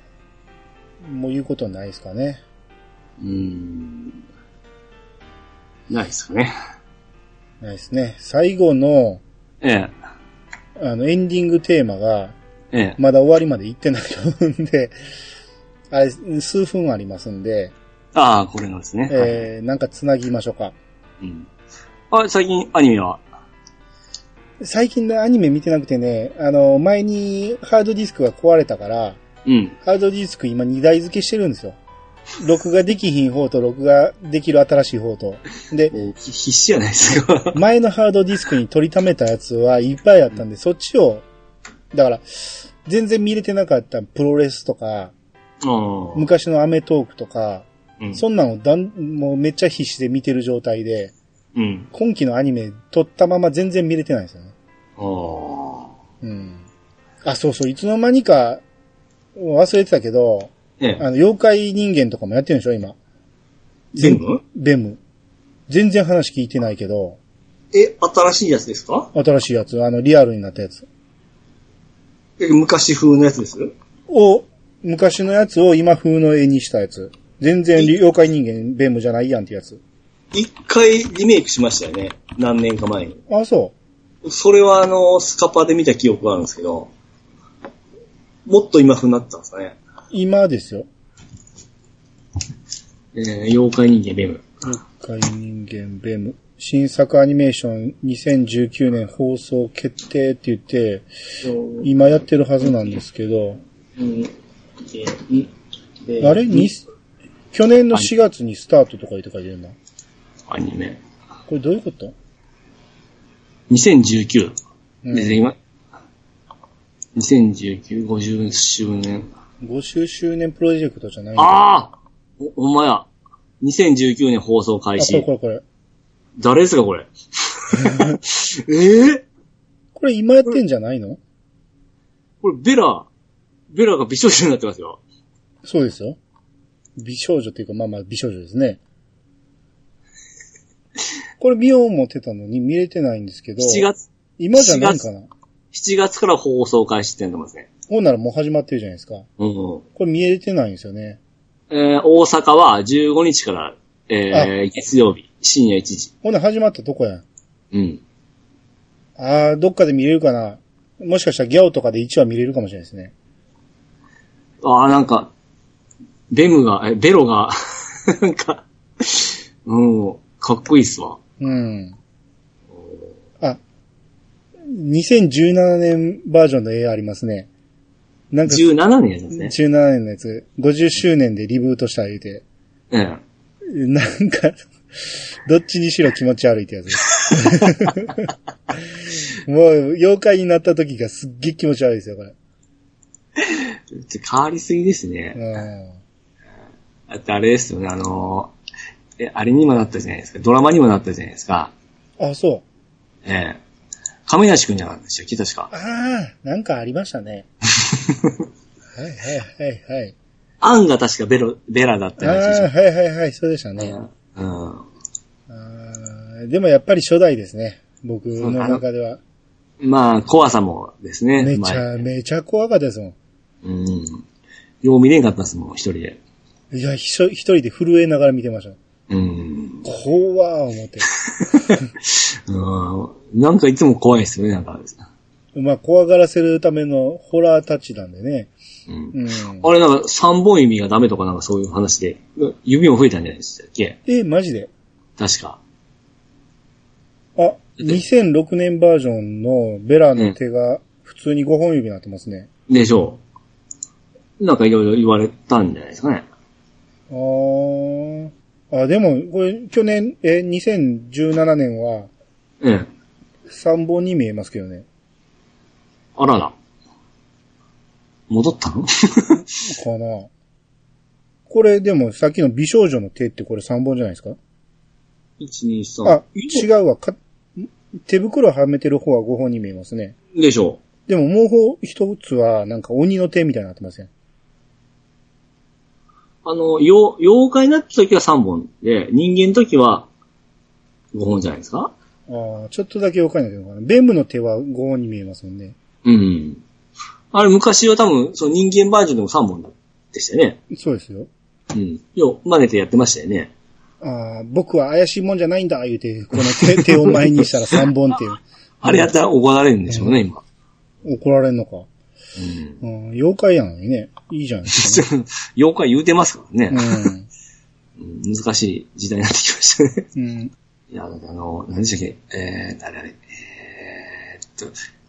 A: ー、もう言うことないですかね。
B: うーん。ないですかね。
A: ないですね。最後の、
B: ええ。
A: あの、エンディングテーマが、
B: ええ。
A: まだ終わりまで行ってないと思うんで、あれ、数分ありますんで、
B: ああ、これのですね。はい
A: えー、なんか繋ぎましょうか。
B: うん。あ、最近アニメは
A: 最近のアニメ見てなくてね、あの、前にハードディスクが壊れたから、
B: うん。
A: ハードディスク今2台付けしてるんですよ。録画できひん方と録画できる新しい方と。で、
B: もうひ必死じゃないで すか。
A: 前のハードディスクに取りためたやつはいっぱいあったんで、そっちを、だから、全然見れてなかったプロレスとか、
B: うん。
A: 昔のアメトークとか、
B: うん
A: そんなのをだん、もうめっちゃ必死で見てる状態で、
B: うん。
A: 今期のアニメ撮ったまま全然見れてないんですよね。
B: ああ。
A: うん。あ、そうそう、いつの間にか忘れてたけど、
B: ええ
A: あ。の、妖怪人間とかもやってるんでしょ、今。
B: 全部
A: ベム。全然話聞いてないけど、
B: え、新しいやつですか
A: 新しいやつ、あの、リアルになったやつ。
B: え昔風のやつです
A: を、昔のやつを今風の絵にしたやつ。全然妖怪人間ベムじゃないやんってやつ。
B: 一回リメイクしましたよね。何年か前に。
A: あ、そ
B: それはあの、スカパで見た記憶があるんですけど、もっと今風になってたんですかね。
A: う。今ですよ。
B: えー、妖怪人間ベム。
A: 怪人間ベム。新作アニメーション2019年放送決定って言って、今やってるはずなんですけど、あれに、去年の4月にスタートとか言って書いてるな。
B: アニメ。
A: これどういうこと
B: 2019。
A: うん
B: で今、2019、50周年。
A: ?50 周年プロジェクトじゃないあ、
B: ああお、ほんまや。2019年放送開
A: これ
B: 始
A: こ。れこれ。
B: 誰ですか、こ れ。ええ
A: これ今やってんじゃないの
B: これ、ベラ、ベラが美少女になってますよ。
A: そうですよ。美少女っていうか、まあまあ美少女ですね。これ見よう思ってたのに見れてないんですけど、
B: 7月、
A: 今じゃないかな。
B: 7月から放送開始ってなってますね。
A: ほんならもう始まってるじゃないですか。
B: うん。
A: これ見えてないんですよね。
B: えー、大阪は15日から、えー、月曜日、深夜1時。
A: ほんなら始まったとこやん。
B: うん。
A: あー、どっかで見れるかな。もしかしたらギャオとかで1話見れるかもしれないですね。
B: ああ、なんか、ベムが、え、ベロが、 なんか、うん、かっこいいっすわ。
A: うん。あ、2017年バージョンの絵ありますね。なんか、
B: 17年やつですね。
A: 17年のやつ、50周年でリブートした言うて。
B: うん。
A: なんか、 どっちにしろ気持ち悪いってや つ。もう、妖怪になった時がすっげえ気持ち悪いですよ、これ。
B: ちょ変わりすぎですね。
A: うん
B: だってあれですよね、あのー、え、あれにもなったじゃないですか。ドラマにもなったじゃないですか。
A: あ、そう。
B: ええ亀梨くんじゃなかったでしたっけ確か。
A: ああ、なんかありましたね。はいはいはいはい。
B: アンが確かベロ、ベラだった
A: あ
B: やつでし
A: あ、はいはいはい、そうでしたね。
B: ょ。うん。
A: あーでもやっぱり初代ですね。僕の中では。
B: まあ、怖さもですね。
A: めち
B: まあ
A: ゃめちゃ怖かったですも
B: うん。よう見れんかったですもん、一人で。
A: ん。いや、ひそ一人で震えながら見てました。
B: うん。
A: 怖ー思って。
B: うん。なんかいつも怖いですよね、なんか。
A: まあ、怖がらせるためのホラータッチなんでね。
B: うん。
A: うん。
B: あれなんか三本指がダメとかなんかそういう話で、指も増えたんじゃないでしたっけ
A: え、マジで
B: 確か。
A: あ、2006年バージョンのベラの手が普通に5本指になってますね。
B: でしょう。なんかいろいろ言われたんじゃないですかね。
A: あーあ、でも、これ、去年、え、2017年は
B: うん。
A: 3本に見えますけどね。
B: あらら。戻ったの
A: かな。これ、でも、さっきの美少女の手ってこれ3本じゃないですか
B: ?1、2、3。
A: あ、違うわ。かん手袋はめてる方は5本に見えますね。
B: でしょ
A: でも、もう一つは、なんか鬼の手みたいになってません。
B: う。あの、妖妖怪になった時は3本で、人間の時は5本じゃないですか
A: ああ、ちょっとだけ妖怪になってるのかな。ベムの手は5本に見えますもんね。
B: うん。あれ昔は多分、その人間バージョンでも3本でしたよね。
A: そうですよ。
B: うん。よう、真似てやってましたよね。
A: ああ、僕は怪しいもんじゃないんだ、言うて、この手手を前にしたら3本っていう。
B: あれやったら怒られるんでしょうね、今。
A: 怒られんのか。
B: う
A: う
B: ん。
A: ん、妖怪やのにね。いいじゃないですか、
B: 妖怪言うてますからね。
A: ね。
B: うん難しい時代になってきましたね。
A: うん。うん。
B: いや、あの、何でしたっけえー、誰あれえーっと、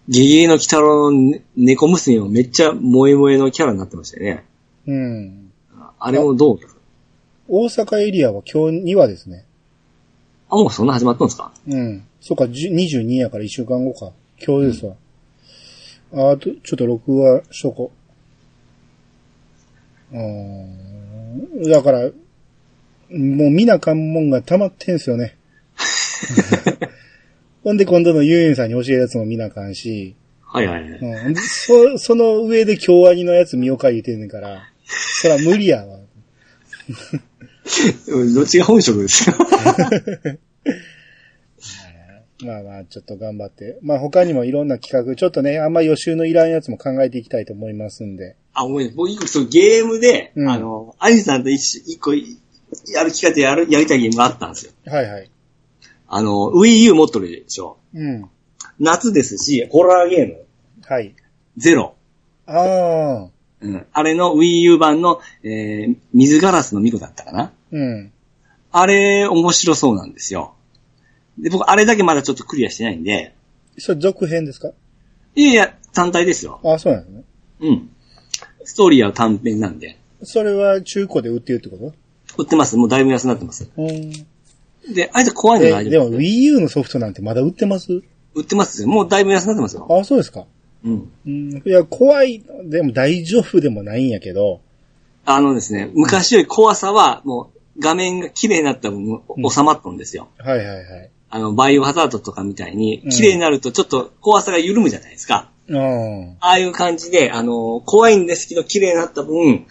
B: ゲゲゲの鬼太郎のね猫娘もめっちゃ萌え萌えのキャラになってましたよね。
A: うん。
B: あれもどう
A: 大阪エリアは今日2話ですね。
B: あ、もうそんな始まったんですか
A: うん。そっか、じゅ22やから1週間後か。今日ですわ。ああと、ちょっと録画しとこう。うーん。だから、もう見なかんもんが溜まってんすよね。ほんで今度のユーユンさんに教えるやつも見なあかんし、
B: はいはいはい。
A: うん、そその上で京アニのやつ見ようか言うてんねんから、そら無理やわ。
B: どっちが本職ですか
A: まあまあ、ちょっと頑張って。まあ他にもいろんな企画、ちょっとね、あんま予習のいらんやつも考えていきたいと思いますんで。
B: あ、ごめんなさい。僕、一個、そのゲームで、
A: うん
B: あの、アニさんと一緒一個、やる機会でやる、やりたいゲームがあったんですよ。
A: はいはい。
B: あの、Wii U 持っとるでしょ。
A: うん。
B: 夏ですし、ホラーゲーム、
A: はい。
B: ゼロ。
A: ああ。
B: うん。あれの Wii U 版の、えー、水ガラスの巫女だったかな。
A: うん。
B: あれ、面白そうなんですよ。で、僕、あれだけまだちょっとクリアしてないんで、
A: それ続編ですか
B: いやいや、単体ですよ。
A: ああ、そうなんですね。
B: うん。ストーリーは短編なんで。
A: それは中古で売ってるってこと
B: 売ってます。もうだいぶ安くなってます。
A: うん。
B: で、あいつ怖いの
A: え
B: 大
A: で
B: 丈
A: も
B: 夫
A: Wii。U のソフトなんてまだ売ってます
B: 売ってますよ。もうだいぶ安くなってますよ。
A: ああ、そうですか。
B: うん。
A: うん。いや、怖い、でも大丈夫でもないんやけど。
B: あのですね、昔より怖さは、もう、画面が綺麗になった分、
A: うん
B: 収まったんですよ。
A: はいはいはい。
B: あの、バイオハザードとかみたいに
A: うん、
B: 綺麗になるとちょっと怖さが緩むじゃないですか。
A: あ
B: ああいう感じで、あの、怖いんですけど、綺麗になった分、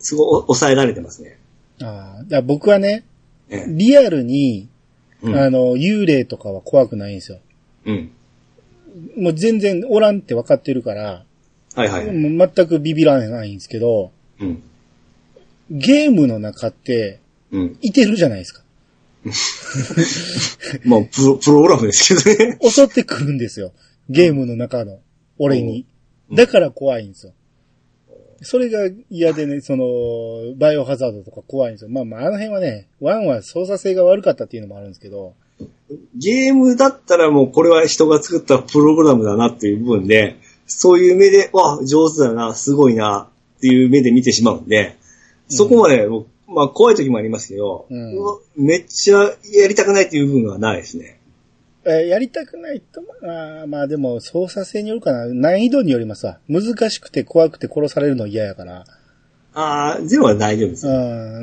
B: すごいお抑えられてますね。
A: あ。ああ。だから僕はね、
B: ええ
A: リアルに、
B: うん
A: あの、幽霊とかは怖くないんですよ。
B: うん。
A: もう全然おらんって分かってるから、
B: はいはい。うん。
A: もう全くビビらないんですけど、ゲームの中って、
B: うん。
A: いてるじゃないですか。
B: もう、プロ、プログラムですけどね。
A: 襲ってくるんですよ。ゲームの中の、俺に。
B: うん
A: だから怖いんですよ。それが嫌でね、その、バイオハザードとか怖いんですよ。まあまあ、あの辺はね、ワンは操作性が悪かったっていうのもあるんですけど、
B: ゲームだったらもうこれは人が作ったプログラムだなっていう部分で、そういう目で、わ、上手だな、すごいな、っていう目で見てしまうんで、そこまで、僕まあ怖い時もありますけど、
A: うん
B: うわめっちゃやりたくないっていう部分はないですね。
A: えーやりたくないと、まあ、まあでも操作性によるかな。難易度によりますわ。難しくて怖くて殺されるの嫌やから。
B: ああ、ゼロは大丈夫です。
A: う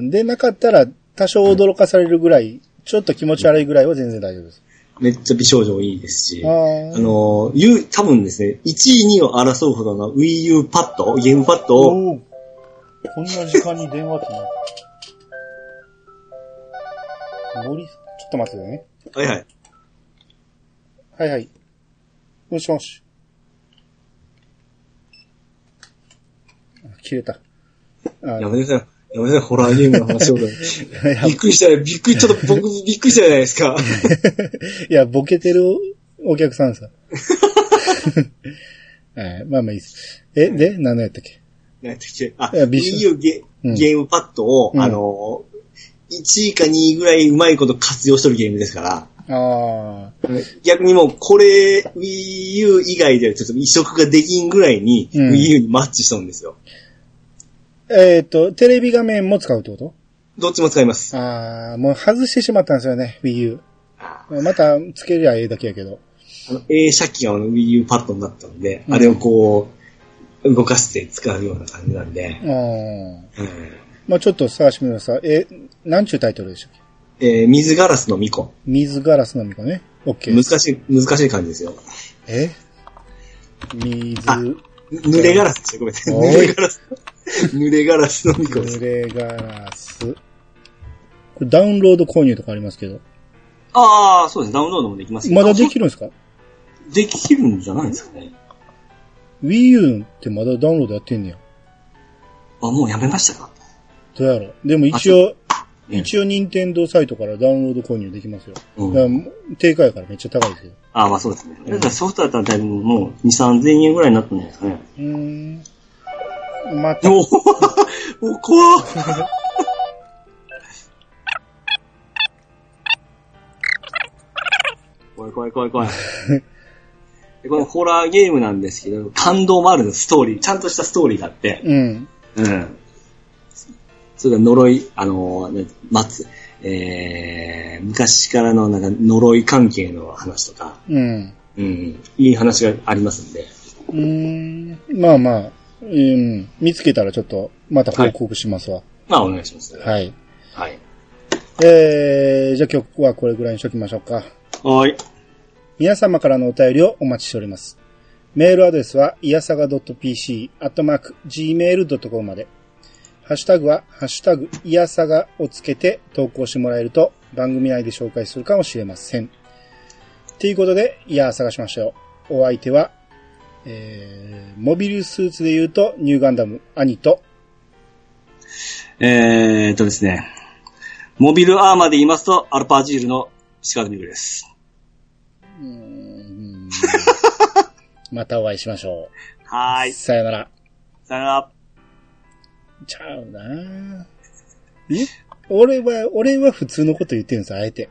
A: ん。で、なかったら多少驚かされるぐらい、ちょっと気持ち悪いぐらいは全然大丈夫です。
B: めっちゃ美少女いいですし、
A: あ
B: あ
A: ー
B: の、ゆ多分ですね、1位、2位を争うほどの Wii U パッド、ゲームパッドを、
A: おーこんな時間に電話ってな。森さんちょっと待っててね。
B: はいはい。
A: はいはい。もしもし。あ切れ た。あ
B: やめてください。やめてください、ホラーゲームの話を。 び
A: や
B: っくりしたよ。びっくり、ちょっと僕びっくりしたじゃないですか。
A: いや、ボケてるお客さんさ。 はいまあまあいいです。え、で、何のやったっけ
B: なんやったっけあ、
A: いやびっくり
B: EU ゲ
A: うん
B: ゲームパッドを、
A: うん
B: あの、1位か2位ぐらいうまいこと活用しとるゲームですから、
A: ああ、
B: 逆にもうこれ、Wii U 以外ではちょっと移植ができんぐらいに、
A: うん
B: Wii U にマッチしとるんですよ。
A: えっ、と、テレビ画面も使うってこと
B: どっちも使います。
A: ああ、もう外してしまったんですよね、Wii U。
B: あ
A: また、つけりゃええだけやけど。
B: の、A 射機があの Wii U パッドになったんで、あれをこう、動かして使うような感じなんで、
A: うん。
B: うん
A: まあちょっと探してみますさ。え、なんちゅうタイトルでしたっけ
B: えー水ガラスの巫女。
A: 水ガラスのみかね。OK
B: 難
A: です。
B: しい、難しい感じですよ。
A: え水、
B: あ濡れガラスですよ、ごめんなさい。
A: おい
B: 濡れガラス。濡れガラスのみこです
A: 濡。れガラス。これダウンロード購入とかありますけど。
B: ああ、そうです。ダウンロードもできます
A: まだできるんですか
B: るできるんじゃないですかね。
A: Wii U ってまだダウンロードやってんねや。
B: あ、もうやめましたか
A: どうやろう。でも一応、
B: うん
A: 一応任天堂サイトからダウンロード購入できますよ。
B: う
A: だ
B: ん
A: から定価やからめっちゃ高いですよ。
B: ああ、まあそうですね。だからソフトだったらだいぶもう2、3000円ぐらいになったんじゃないですかね。
A: うーん。また、
B: おおお怖っ怖い怖い怖い怖い。でこのホラーゲームなんですけど、感動もあるんです、ストーリー。ちゃんとしたストーリーがあって。
A: うん。
B: うん。それが呪い、あの、ね待つ、えー、昔からのなんか呪い関係の話とか、
A: うん。
B: うん、いい話がありますんで。
A: うーん。まあまあ、うん。見つけたらちょっと、また報告しますわ。
B: まあ、お願いします。
A: はい。
B: はい。
A: えー、じゃあ曲はこれぐらいにしときましょうか。
B: はい。
A: 皆様からのお便りをお待ちしております。メールアドレスは、いやさが .pc、アットマーク、gmail.com まで。ハッシュタグは、ハッシュタグ、いやさがをつけて投稿してもらえると、番組内で紹介するかもしれません。ていうことで、いやー探しましたよ。お相手は、えー、モビルスーツで言うと、ニューガンダム、兄と、
B: えーっとですね、モビルアーマーで言いますと、アルパージールのシカルミグルです。
A: うーんまたお会いしましょう。
B: はーい。
A: さよなら。
B: さよなら。
A: ちゃうなぁ。え俺は、俺は普通のこと言ってるんです、あえて。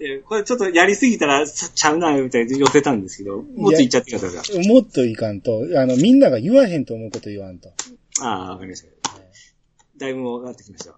B: えーこれちょっとやりすぎたら、ちゃちゃうな、みたいに寄せたんですけど、もっと言っちゃってください。
A: もっといかんと、あの、みんなが言わへんと思うこと言わんと。
B: ああ、わかりました。だいぶ分かってきました。